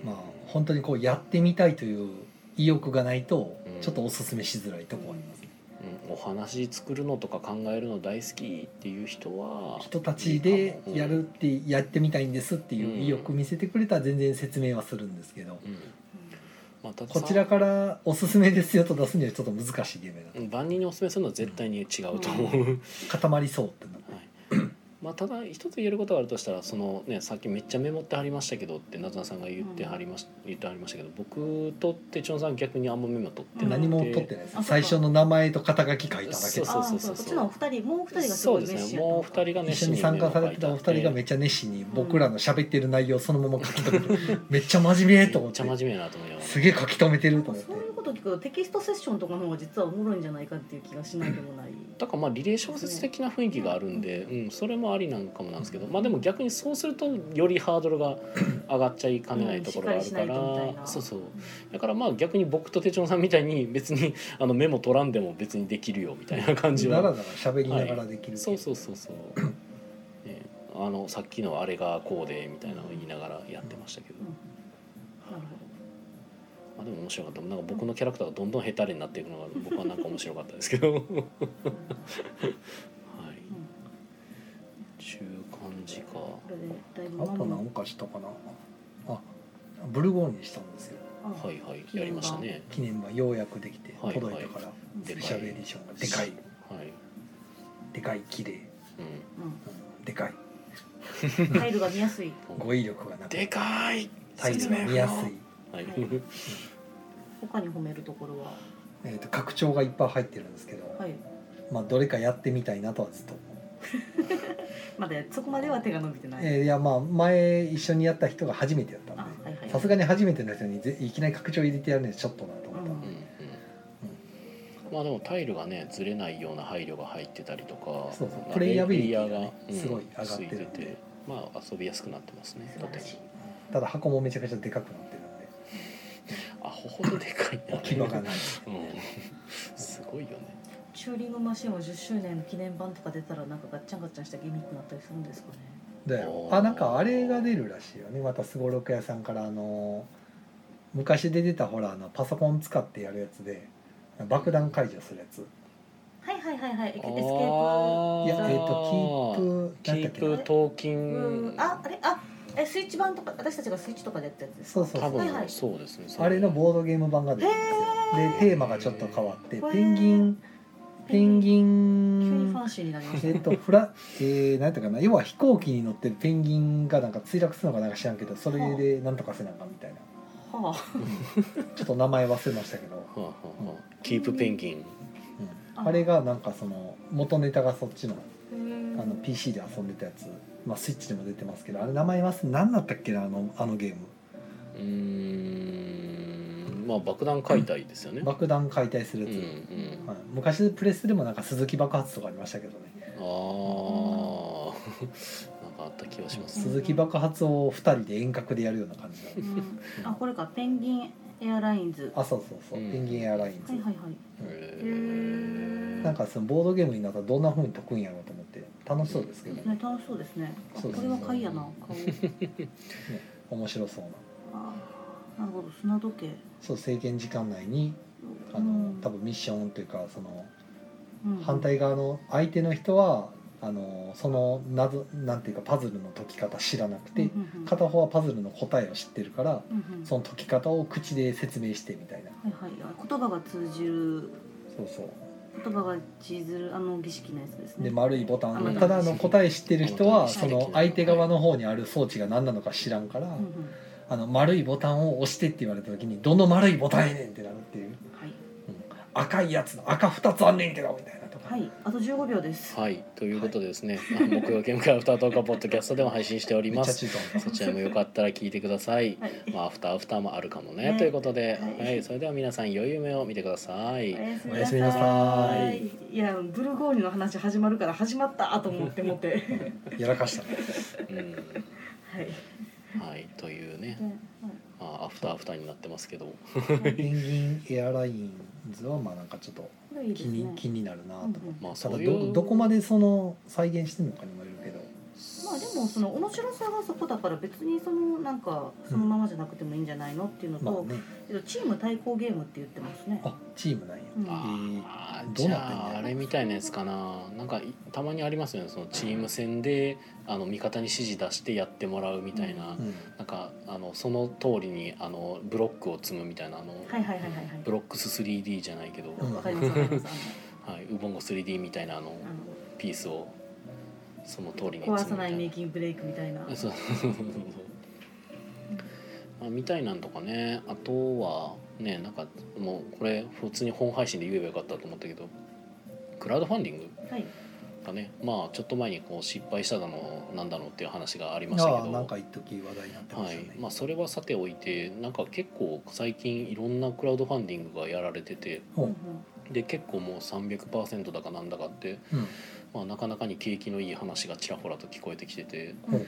B: まあ本当にこうやってみたいという意欲がないと
A: うん
B: ちょっとおすすめしづらいとこありますね、
A: うんお話作るのとか考えるの大好きっていう人は
B: 人たちでやるってやってみたいんですっていう意欲見せてくれたら全然説明はするんですけど、
A: うん、まあ、たださ
B: こちらからおすすめですよと出すにはちょっと難しいゲームだ
A: うん万人にお勧めするのは絶対に違うと思う、
B: 固まりそうってなって
A: はいまあ、ただ一つ言えることがあるとしたらその、ね、さっきめっちゃメモってはりましたけどってなずなさんが言ってはりまし、言ってはりましたけど僕と手帳さん逆にあんまメモ取ってなく
B: 何も取ってないです
E: あそっか
B: 最初の名前と肩書き書いただけです
A: そうそうそう
E: あーこっちのお二人もうお二人がす
A: そ
E: ご
A: う
E: い
A: で
E: 熱
A: す
E: 心
A: ね
E: やった
A: もう二人が熱
B: 一緒
A: 心
B: に参加されてたお二人がめっちゃ熱心に僕らの喋ってる内容そのまま書き留めてるめっちゃ真面目と
A: め
B: 思
A: っ
B: っ
A: ち
B: て
A: ゃ真面目やなと思いながら
B: すげえ書き留めてると思っ
E: そうい
B: て
E: うこと聞くとテキストセッションとかの方が実はおもろいんじゃないかっていう気がしないでもない。
A: だからまあリレー小説的な雰囲気があるんで、うん、それもありなんかもなんですけど、まあ、でも逆にそうするとよりハードルが上がっちゃいかねないところがあるか
E: うんしっかりしないとみたい
A: ら
E: な
A: そうそうだからまあ逆に僕と手帳さんみたいに別にあのメモ取らんでも別にできるよみたいな感じ
B: だら
A: は
B: だら喋りながらできる
A: そうそうそうそうねあのさっきのあれがこうでみたいなのを言いながらやってましたけど、
E: うんなる
A: まあ、でも面白かったなんか僕のキャラクターがどんどんヘタレになっていくのが僕はなんか面白かったですけどはい、
E: ほど。
A: 中間時か
E: これでだいぶ
B: あと
E: ママ
B: 何
E: の
B: かしたかなあブルゴーニュしたんですよ
E: あ
A: はいはいやりましたね
B: 記念版ようやくできて
A: はい
B: 届いたから
E: うん
B: スペシャルエディションがでかい
A: はい、
B: でかい綺麗
A: う
B: うんでかい
E: うん、タイルが見やすい。
A: ん、
B: 語彙力がなく
A: でかい
B: タイルが見やすい、
A: はい、
E: はい他に褒めるところは、
B: えー、と拡張がいっぱい入ってるんですけど、
E: はい、
B: まあどれかやってみたいなとはずっと
E: まだそこまでは手が伸びてない。
B: えーいやまあ前一緒にやった人が初めてやったん
E: あはいは
B: で
E: い
B: さすがに初めての人にぜいきなり拡張入れてやるのはちょっとなと思った、
E: うん
A: うんうんまあでもタイルがねずれないような配慮が入ってたりとか
B: そうそう
A: まあ
B: プレイヤビリティ
A: レイヤ
B: が
A: が
B: ねすごい上がってるんで
A: ついててまあ遊びやすくなってますね
E: 素晴らしい。
B: ただ箱もめちゃくちゃでかくなってるんで
A: あほほどでかいな
B: 置き場がない
A: うん、すごいよね
E: チューリングマシンを10周年の記念版とか出たらなんかガッチャンガッチャンしたギミックになったりするんですかね。
B: だよ
A: おー
B: あなんかあれが出るらしいよねまたすごろく屋さんからあのー昔出てたほらあのパソコン使ってやるやつで爆弾解除するやつ
E: はいはいはいはい。エスケ
A: あ
E: ー
A: ー
E: プ。
B: い
E: い
B: やえっ、
E: や
A: あー
B: とキープなん
A: キ
B: だっ
A: ー
B: けな
A: プトーキ
E: う
A: ン
E: ん。ああれあえスイッチ版とか私たちがスイッチとかでやったやつです
B: そ
E: か。
B: うそうそ
A: 多
B: う、
E: はいは
A: 分
E: い
A: そうですねそれ
B: あれのボードゲーム版が出るんですよでテーマがちょっと変わって
E: へー
B: ペンギンペンギ
E: 急に
B: ン
E: ファンシーになりました
B: え。っとフラ *laughs* えー、なんていうかな要は飛行機に乗ってるペンギンがなんか墜落するのかなんか知らんけどそれでなんとかせなんかみたいな
E: は
B: ちょっと名前忘れましたけど、
A: はあはあはあキープペンギン
B: うん *laughs* あれがなんかその元ネタがそっちの
E: あ。
B: あの PC で遊んでたやつ、まあ、スイッチでも出てますけどあれ名前忘れ何だったっけなあのあのゲーム
A: うーんまあ爆弾解体ですよね
B: 爆弾解体する
A: うん
B: や
A: う
B: つ、
A: ん
B: はい、昔プレスでもなんか鈴木爆発とかありましたけどね
A: *laughs* ああなんかあった気がします、
B: 鈴木爆発を2人で遠隔でやるような感じだ
E: うんあこれかペンギンエアラインズ。は
B: あそうそうそう、
A: うん
B: ペンギンエアラインズ、
E: いはいはい。
A: へ
E: へ
A: ー
E: ー
B: なんかそのボードゲームになったらどんな風に解くんやろうと思って楽しそうですけどね
E: ね楽しそうですね。あ
B: そうです
E: これは貝やな
B: *laughs*
E: 顔。
B: 面白そうな
E: あーなるほど砂時計。
B: そう制限時間内にあの、
E: うん
B: 多分ミッションというかその
E: うん
B: 反対側の相手の人はあのその謎なんていうかパズルの解き方知らなくて
E: うんうんうん
B: 片方はパズルの答えを知ってるから
E: うんうん
B: その解き方を口で説明してみたいな
E: はいはい言葉が通じる
B: そうそう
E: 言葉が通じるあの儀式のやつですね
B: で丸いボタ
E: あま
B: ン
E: だ
B: ただあの答え知ってる人は
A: はい
B: その相手側の方にある装置が何なのか知らんから
E: うんうん
B: あの丸いボタンを押してって言われた時にどの丸いボタンやねんってなるっていう
E: はい
B: 赤いやつの赤2つあんねんけどみたいなとか、
E: はいあと15秒です
A: はいということでですね、あ木曜ゲーム会アフタートークはポッドキャストでも配信しており
B: め
A: ま
B: っちゃ
A: す
B: 中途
E: *laughs*
A: そちらもよかったら聞いてください
E: はい
A: まあアフターアフターもあるかもね
E: ね
A: ということで、は
E: はい
A: い、それでは皆さん良い夢を見てください。
E: お
B: おやすみなさ
A: い
E: いやブルゴーニュの話始まるから始まったと思って
B: *laughs*
E: 思って
B: やらかしたね
A: うん、
E: はい
A: はいというね、
E: ね
A: まあアフターアフターになってますけど、
B: ペンギンエアラインズはまあなんかちょっと
E: はいいいで
B: 気
E: す
B: に、
E: ね
B: 気になるなと
E: うんう
B: 思
E: ん
B: って、
A: まあ
B: た
A: そ
B: だ
A: うい
B: ど
A: う
B: どこまでその再現してるのかにもよるけど
E: まあでもその面白さがそこだから別にそのなんかそのままじゃなくてもいいんじゃないのっていうの
B: まあ
E: と、
B: ね
E: えっとチーム対抗ゲームって言ってますね。
B: あチームなんや
E: うん
A: あー
B: どう
A: じ
B: なってんだよ
A: ゃああれみたいなやつかななんかいたまにありますよねそのチーム戦であの味方に指示出してやってもらうみたいな、
B: うん
A: なんかあのその通りにあのブロックを積むみたいなあの、
E: はいはいはいはいはい
A: ブロックス 3D じゃないけど、
B: ん
E: わかりますわかります。
A: はい、ウボンゴ 3D みたいなあの
E: あのあ
A: ピースをその通りに
E: の壊
A: 積
E: さ
A: むみた
E: ない
A: い
E: メイキングブレイクみたいな。
A: なそう *laughs* そうそうそうまあ、みたいなんとかねあとはねなんかもうこれ普通に本配信で言えばよかったと思ったけどクラウドファンディング
E: はい。
A: がねまあちょっと前にこう失敗しただのなんだのっていう話がありましたけ
B: ああ
A: ど
B: なんか一時話題になってま
A: は
B: し
A: い
B: たね、
A: まあ、それはさておいてなんか結構最近いろんなクラウドファンディングがやられてて
B: ほう
E: うん
A: で結構もう300%だかなんだかって、
B: うん
A: まあ、なかなかに景気のいい話がちらほらと聞こえてきてて
E: うんうん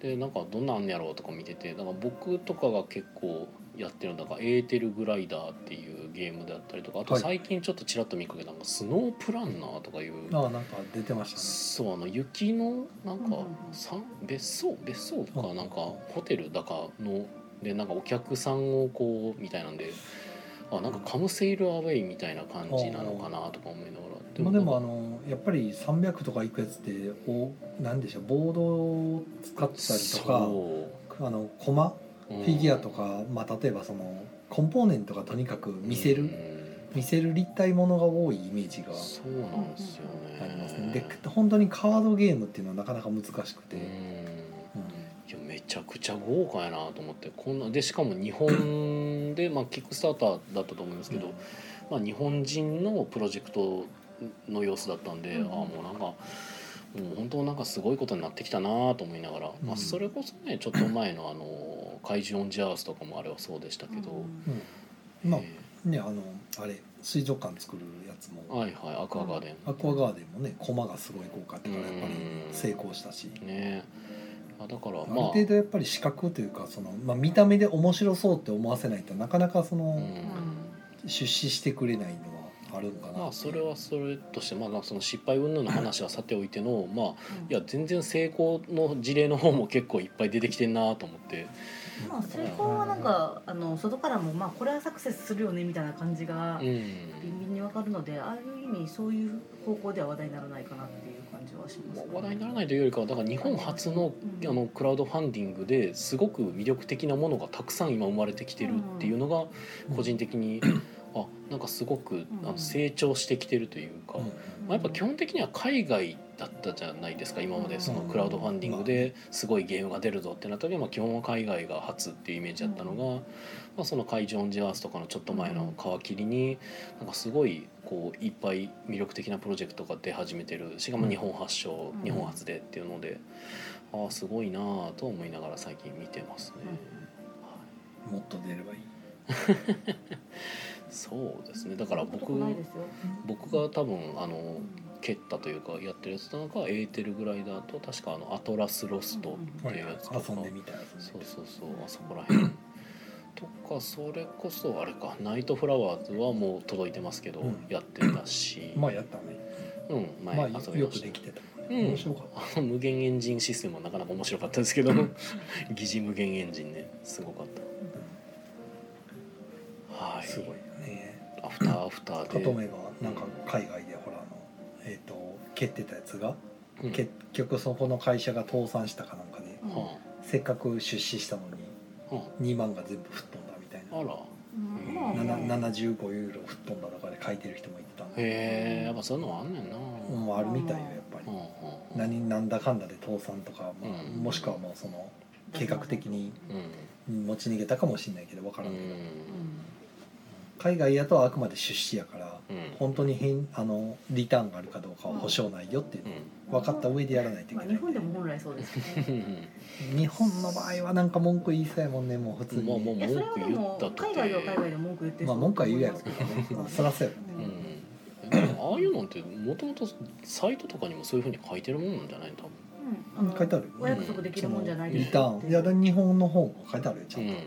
A: でなんかどんなんあんねやろうとか見ててだから僕とかが結構やってるのがエーテルグライダーっていうゲームだったりとかあと
B: はい
A: 最近ちょっとちらっと見かけたのがスノープランナーとかいう。
B: ああなんか出てましたね
A: そうあの雪のなん
E: うん
A: か
E: うんうん
A: さん別荘別荘
B: う
A: か
B: ん
A: なんかホテルだかのでなんかお客さんをこうみたいなんであなんかカムセイルアウェイみたいな感じなのかなとか思いながら
B: まあ、でもあ
A: なんか
B: のやっぱり300とかいくやつっておなんでしょうボードを使ったりと
A: そ
B: かあのコマ
A: う
B: フ
A: うん
B: ィギュアとか、まあ、例えばそのコンポーネントがとにかく見せる、
A: うん
B: 見せる立体ものが多いイメージが
A: そうなんですよね
B: ありますねで本当にカードゲームっていうのはなかなか難しく
A: うん
B: て、う
A: いやめちゃくちゃ豪華やなと思ってこんなでしかも日本でまあキックスターターだったと思うんですけど、まあ、日本人のプロジェクトの様子だったんで、
E: うん
A: ああもうなんかもう本当なんかすごいことになってきたなと思いながら、
B: う
A: まあ、
B: ん
A: それこそねちょっと前のあの「怪獣オンジャース」とかもあれはそうでしたけど、
B: うんま
A: え
B: あねあのあれ水族館作るやつ
A: ー
B: も
A: はいはいアクアガーデン、
B: アクアガーデンもねコマがすごい豪華だからやっぱり
A: うん
B: 成功したし。
A: ねあだから
B: ある
A: まあ
B: 程度やっぱり視覚というかその、まあ、見た目で面白そうって思わせないとなかなかそうの
A: ん
B: 出資してくれないのはあるのかな、
A: まあそれはそれとしてまあその失敗云々の話はさておいてのまあいや全然成功の事例の方も結構いっぱい出てきてんなと思って
E: まあ成功はなんかあの外からもまあこれはサクセスするよねみたいな感じが
A: うん
E: ビンビンにわかるのでああいう意味そういう方向では話題にならないかなっていう感じはします
A: ま
E: ね、
A: あ話題にならないというよりかはだから日本初のあのクラウドファンディングですごく魅力的なものがたくさん今生まれてきてるっていうのが個人的にあなんかすごくあの成長してきてるというか
B: うん、
A: まあ、やっぱ基本的には海外だったじゃないですか今までそのクラウドファンディングですごいゲームが出るぞってなった時はまあ基本は海外が初っていうイメージだったのが、まあ、その会場オンジェアースとかのちょっと前の皮切りになんかすごいこういっぱい魅力的なプロジェクトが出始めてるしかも日本発祥、
E: うん
A: 日本初でっていうのでああすごいなあと思いながら最近見てますね。
B: もっと出ればいい
A: そうですねだから僕
E: ないですよ、
A: 僕が多分あの蹴ったというかやってるやつなんかはエーテルグライダーと確かあのアトラスロストっていうやつとか、
B: 遊んでみたいな
A: そうそうそうあそこら
B: *laughs*
A: 辺とかそれこそあれかナイトフラワーズはもう届いてますけど、
B: うん
A: やってたし、
B: まあやったね、
A: うん、
B: ま
A: 前
B: あ、
A: 遊びま
B: よ
A: した、
B: くできてた、
A: うん
B: 面白かった
A: あの無限エンジンシステムはなかなか面白かったですけど疑似無限エンジンねすごかったはい
B: すごいよね
A: アフターアフター
B: か
A: で
B: と思えばなんか海外でほらあのえー、と蹴ってたやつが、
A: うん
B: 結局そこの会社が倒産したかなんかで
A: は
B: せっかく出資したの
A: あは
B: に2万が全部吹っ飛んだみたい
A: ああら
E: うん
B: な
A: あ
B: な
E: まあ
B: 75ユーロ吹っ飛んだとかで書いてる人もいた
A: へえやっぱそういうのはあんねんな、うん
B: もうあるみたいよやっぱり
A: うん
B: 何なんだかんだで倒産とか、まあ
A: うん
B: もしくはもうその計画的に
A: うん
B: 持ち逃げたかもしれないけどわか
A: う
B: らんけど、
A: ん
B: 海外やとはあくまで出資やから
A: うん
B: 本当に変あのリターンがあるかどうかは保証ないよっていう分かった上でやらないとい
E: まあ
B: け
E: 日
B: ない
E: 本でも本来そうですよ
A: う
E: ね。
A: ん
B: 日本の場合はなんか文句言いそうやもんねもう普通に、
A: まあもう
E: いやそれはでも
A: 文句言ったとて
E: 海外は海外で文句言ってる
B: まあ
E: 人
B: 文
E: 多
B: 句はい言うや
E: ま
B: ろう
E: す
B: け
E: けど
B: どね
E: *laughs* まあ
B: そらそうやろね
E: うん
A: うんでもああいうのってもともとサイトとかにもそういうふうに書いてるもんなんじゃない多分
E: うん
B: うん書いてある
E: お約束できるもんじゃない
B: リ
E: です
B: タ
E: よっ
B: ー
E: て
B: ンいやでも日本の方が書いてあるよちゃんと、
E: うん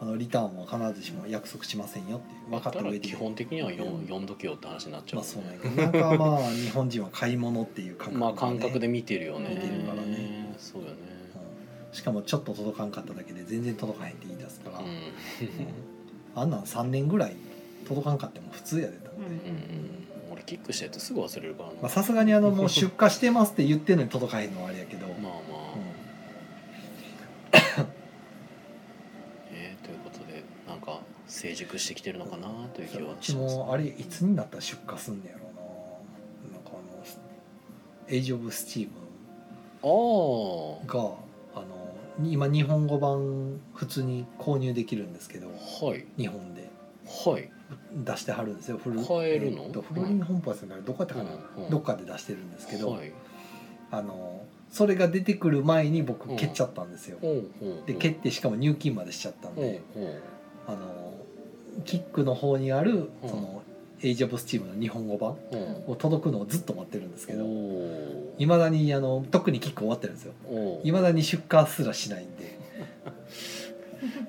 B: あのリターンは必ずしも約束しませんよっていう分か
A: だ
B: った
A: から
B: 上で
A: 基本的には読読んどけよって話になっちゃう
B: まあそう
A: もん
B: なんや
A: ね
B: けどなんかまあ日本人は買い物っていう感覚、
A: まあ感覚で見てるよね
E: 見てる
B: からね
A: そうよね
B: うんしかもちょっと届かんかっただけで全然届かへんって言い出すから、
A: うん
B: うんあんなん3年ぐらい届かんかっても普通やでと思って、
E: うん
A: うんうん俺キックしたやつすぐ忘れるからな
B: まあ
A: ま
B: さすがにあのもう出荷してますって言ってんのに届かへんのはあれやけど、
A: あまあ
B: うん
A: えーということでなんか成熟してきてるのかなという気
B: う
A: は
B: ち
A: します
B: もあれいつになったら出荷すんねやろうななんかあのエイジ・オブ・スチーム
A: ああ
B: があの今日本語版普通に購入できるんですけど
A: はい
B: 日本で
A: はい
B: 出してはるんですよフル
A: 買えるの
B: っとフルリン本舗ですねどこやったかな、
A: うんうん
B: どっかで出してるんですけど、
A: はい
B: あのそれが出てくる前に僕
A: うん
B: 蹴っちゃったんですよ、
A: ほうほうほう
B: で蹴ってしかも入金までしちゃったん
A: ほう
B: で、
A: ほう
B: あのキックの方にある
A: うん
B: その、エイジ・オブ・スチームの日本語版
A: うん
B: を届くのをずっと待ってるんですけど
A: お
B: いまだにあの特にキック終わってるんですよ
A: お
B: いまだに出荷すらしないんで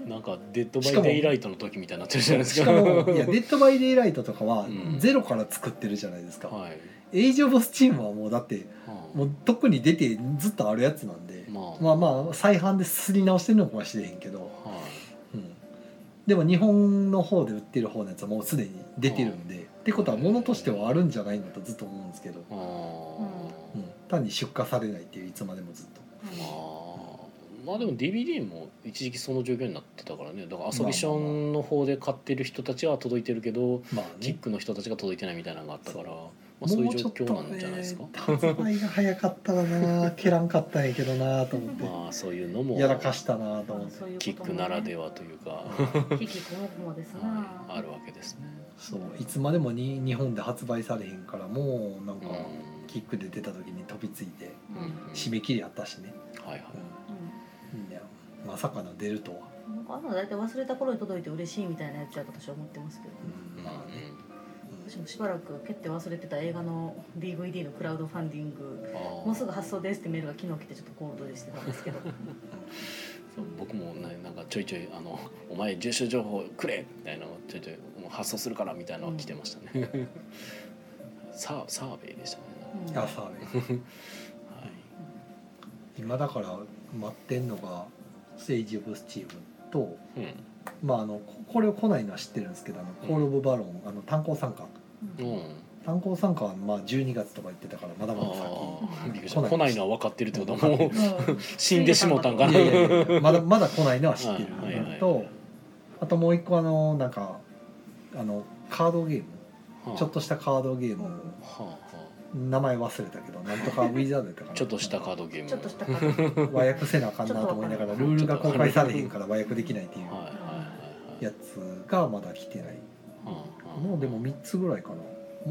A: なんかデッド
B: し
A: バ
B: か
A: イ
B: も
A: デイライトの時みたいになってるじゃないです
B: し
A: か
B: かもいやデッド・バイ・デイ・ライトとかは
A: うん
B: ゼロから作ってるじゃないですか、
A: はい、
B: エイジ・オブ・スチームはもうだって
A: はあ
B: もう特に出てずっとあるやつなんで、
A: まあ、
B: まあまあ再販ですり直してるのかもしれへんけど、
A: は
B: う
A: い、
B: ん、でも日本の方で売ってる方のやつはもうすでに出てるんで、ってことは物としてはあるんじゃないのとずっと思うんですけど、
A: あー、
B: うん、単に出荷されないっていういつまでもずっと
A: まあまあでも DVD も一時期その状況になってたからねだから遊びションの方で買ってる人たちは届いてるけど、
B: まあ
A: キ
B: ね
A: ックの人たちが届いてないみたいなのがあったから
B: そう
A: まあ、そういう状況なんじゃないですか、
B: もうちょっとね発売が早かったらな蹴らんかったんやけどなと思っ
A: まあそういうのも
B: てやらかしたなと
E: ま
B: 思って
E: あそういうこともね
A: キックならではというか、
E: 引きこもごもですな
A: はい、あるわけですね。
B: そういつまでもに日本で発売されへんからもうなん
A: う
B: か
A: ん、はい
B: キックで出た時に飛びついて
E: うん
A: うん
B: 締め切りあったしね、
A: はい
B: うんいやまさかの出るとは、
E: うんなんかあんなの大体忘れた頃に届いて嬉しいみたいなやつやと私は思ってますけど
B: うんまあね、
E: 私もしばらく蹴って忘れてた映画の DVD のクラウドファンディングも
A: も
E: うすぐ発送ですってメールが昨日来てちょっとコールドでしてたんですけど
A: そう僕もねなんかちょいちょいあの「お前住所情報くれ!」みたいなのをちょいちょいもう発送するからみたいなのが来てましたね、サーサーベイでしたね、
E: うん
B: あそうね
A: *laughs* はい、
B: 今だから待ってんのがステージ・オブ・スチームと、
A: うん
B: まあ、あのここれを来ないのは知ってるんですけどあのコール・オブ・バロンあの炭鉱参加
E: うん
A: うん
B: 炭鉱参加はまあ12月とか言ってたからまだ
A: あ
B: まだ先
A: ーびっくりし
B: 来な
A: た
B: い
A: 来ないのは分かってるってことはもう
E: うん
A: 死んでしもうたんか
B: い
A: な
B: やいやいやいやまだまだ来ないのは知ってるのと、
A: はいはいはい
B: あともう一個あのなんかあのカードゲーム、
A: はあ
B: ちょっとしたカードゲーム、
A: はあは
B: 名前忘れたけどなん
A: *laughs*
B: とかウィザードやったか
A: あ
B: な
A: ちょっとしたカードゲーム
E: ちょっとした感
B: *laughs*
E: じ
B: 和訳せなあかんなと思いながらルールが公開されへんから和訳できないってい
A: はいは
B: う
A: いはいはい
B: やつがまだ来てない
A: はあはあ
B: もうでも3つぐらいかな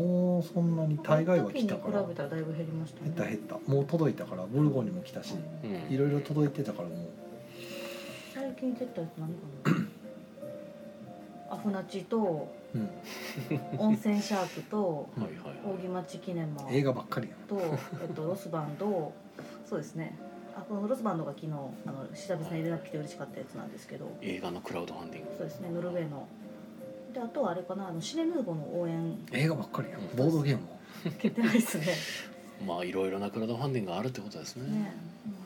B: もうそんなに大概は来たから
E: 時に比べたらだいぶ減りました
B: 減った減
E: ね
B: ったもう届いたからブルゴンにも来たし
A: うん
B: いろいろ届いてたからも
E: 最近蹴ったやつ何かなアフナチと
B: う、うん、
E: 温泉シャークと
A: はいはいはい
E: 扇町記念マン
B: 映画ばっかりや
E: と、えっと、ロスバンドそうですねあこのロスバンドが昨日あの久々に連絡来て嬉しかったやつなんですけど
A: 映画のクラウドファンディング
E: そうですねノルウェーのであとはあれかなあのシネヌーボの応援
B: 映画ばっかりやボードゲームも
E: 受け
B: *laughs*
E: てないですね
A: まあいろいろなクラウドファンディングがあるってことですね
E: ね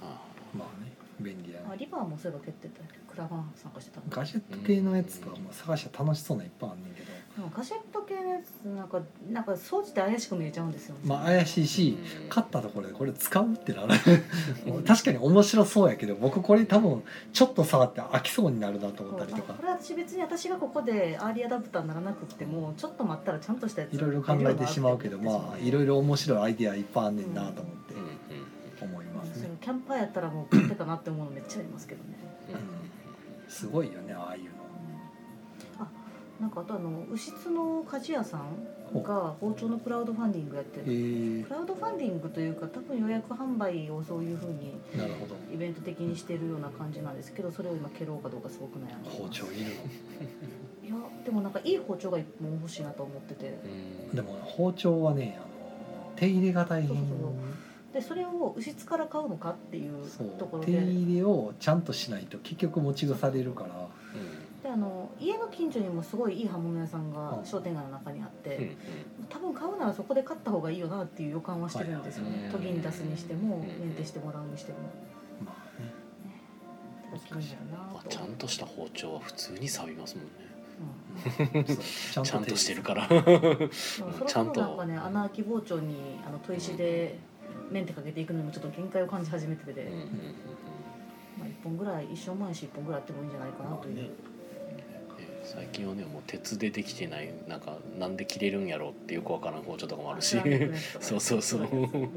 A: はあ
B: まあね便利や
E: あ
B: ね
E: リバーもそういえば蹴ってたクラファン参加してたの
B: ガジェット系のやつはもう探したら楽しそうないっぱいあんねんけど
E: なんかガジェット系のやつなんかなんか掃除って怪しく見えちゃうんですよね、
B: まあ怪しいし
A: うん
B: 勝ったところでこれ使うってなる確かに面白そうやけど僕これ多分ちょっと触って飽きそうになるなと思ったりとか
E: これ私別に私がここでアーリーアダプターにならなくってもちょっと待ったらちゃんとしたやつ
B: いろいろ考えてしまうけどまあいろ
E: い
B: いろ面白いアイディアいっぱいあんねんなと思って
A: うんうん
B: 思いますね、
E: キャンパーやったらもう買ってたなって思うのめっちゃありますけどね
A: うんうん
B: すごいよねああいうの
E: あなんかあとあの牛津の鍛冶屋さんが包丁のクラウドファンディングやって
B: え
E: る
B: ー
E: ク、ラウドファンディングというか多分予約販売をそういうふうに
B: なるほど
E: イベント的にしてるような感じなんですけどそれを今蹴ろうかどうかすごく悩んでます
B: 包丁いる
E: いやでもなんかいい包丁が一本欲しいなと思ってて
A: うん
B: のでも包丁はねあの手入れが大変
E: そうそうでそれを牛津から買うのかっていう
B: そう
E: ところ
B: 手
E: で
B: 入れをちゃんとしないと結局持ち腐れるから
E: であの家の近所にもすごいいい刃物屋さんが
B: うん
E: 商店街の中にあって、
A: うん
E: 多分買うならそこで買った方がいいよなっていう予感はしてるんですよ
A: は
E: ね
A: い
E: 研ぎに出すにしても
A: うん
E: メンテしてもらうにしても
B: まあね
E: ただ気になる
A: ま
E: な
A: あち
E: と
A: ゃんとした包丁は普通に錆びますもんね
B: ちゃ
A: ちゃんとして
B: *laughs*
A: るから
E: うん
A: うん
E: そろ
A: ち
E: そ
A: ゃ
E: ろ
A: んと
E: なんかね穴あき包丁にあの砥石でメンテかけていくのにもちょっと限界を感じ始めてて、
A: うんうんうん
E: まあ、1本ぐらい一生もないし1本ぐらいあってもいいんじゃないかなという、
B: まあね
A: え最近はねもう鉄でできてないなんかなんで切れるんやろうってよくわからん包丁とかもあるし
E: ブランドのやつとか
A: そうそうそう、
E: ん
A: ね、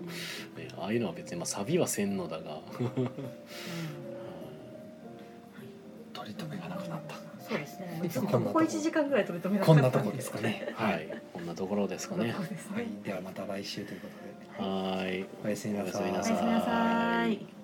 A: ああいうのは別にまあ錆びはせんのだが
B: 取 *laughs* り留めがなくなった
E: そうですねいつも
B: こんな
E: ことこ
B: こ
E: 1時間ぐらい止めてもら
B: こんなとこですかね
A: はいこんなところですか
E: *laughs*
A: ね
E: そうです
B: はい
E: ね
B: ではまた来週ということで
A: はーい
B: おやすみな
A: おやすみなさい
E: おやすみなさい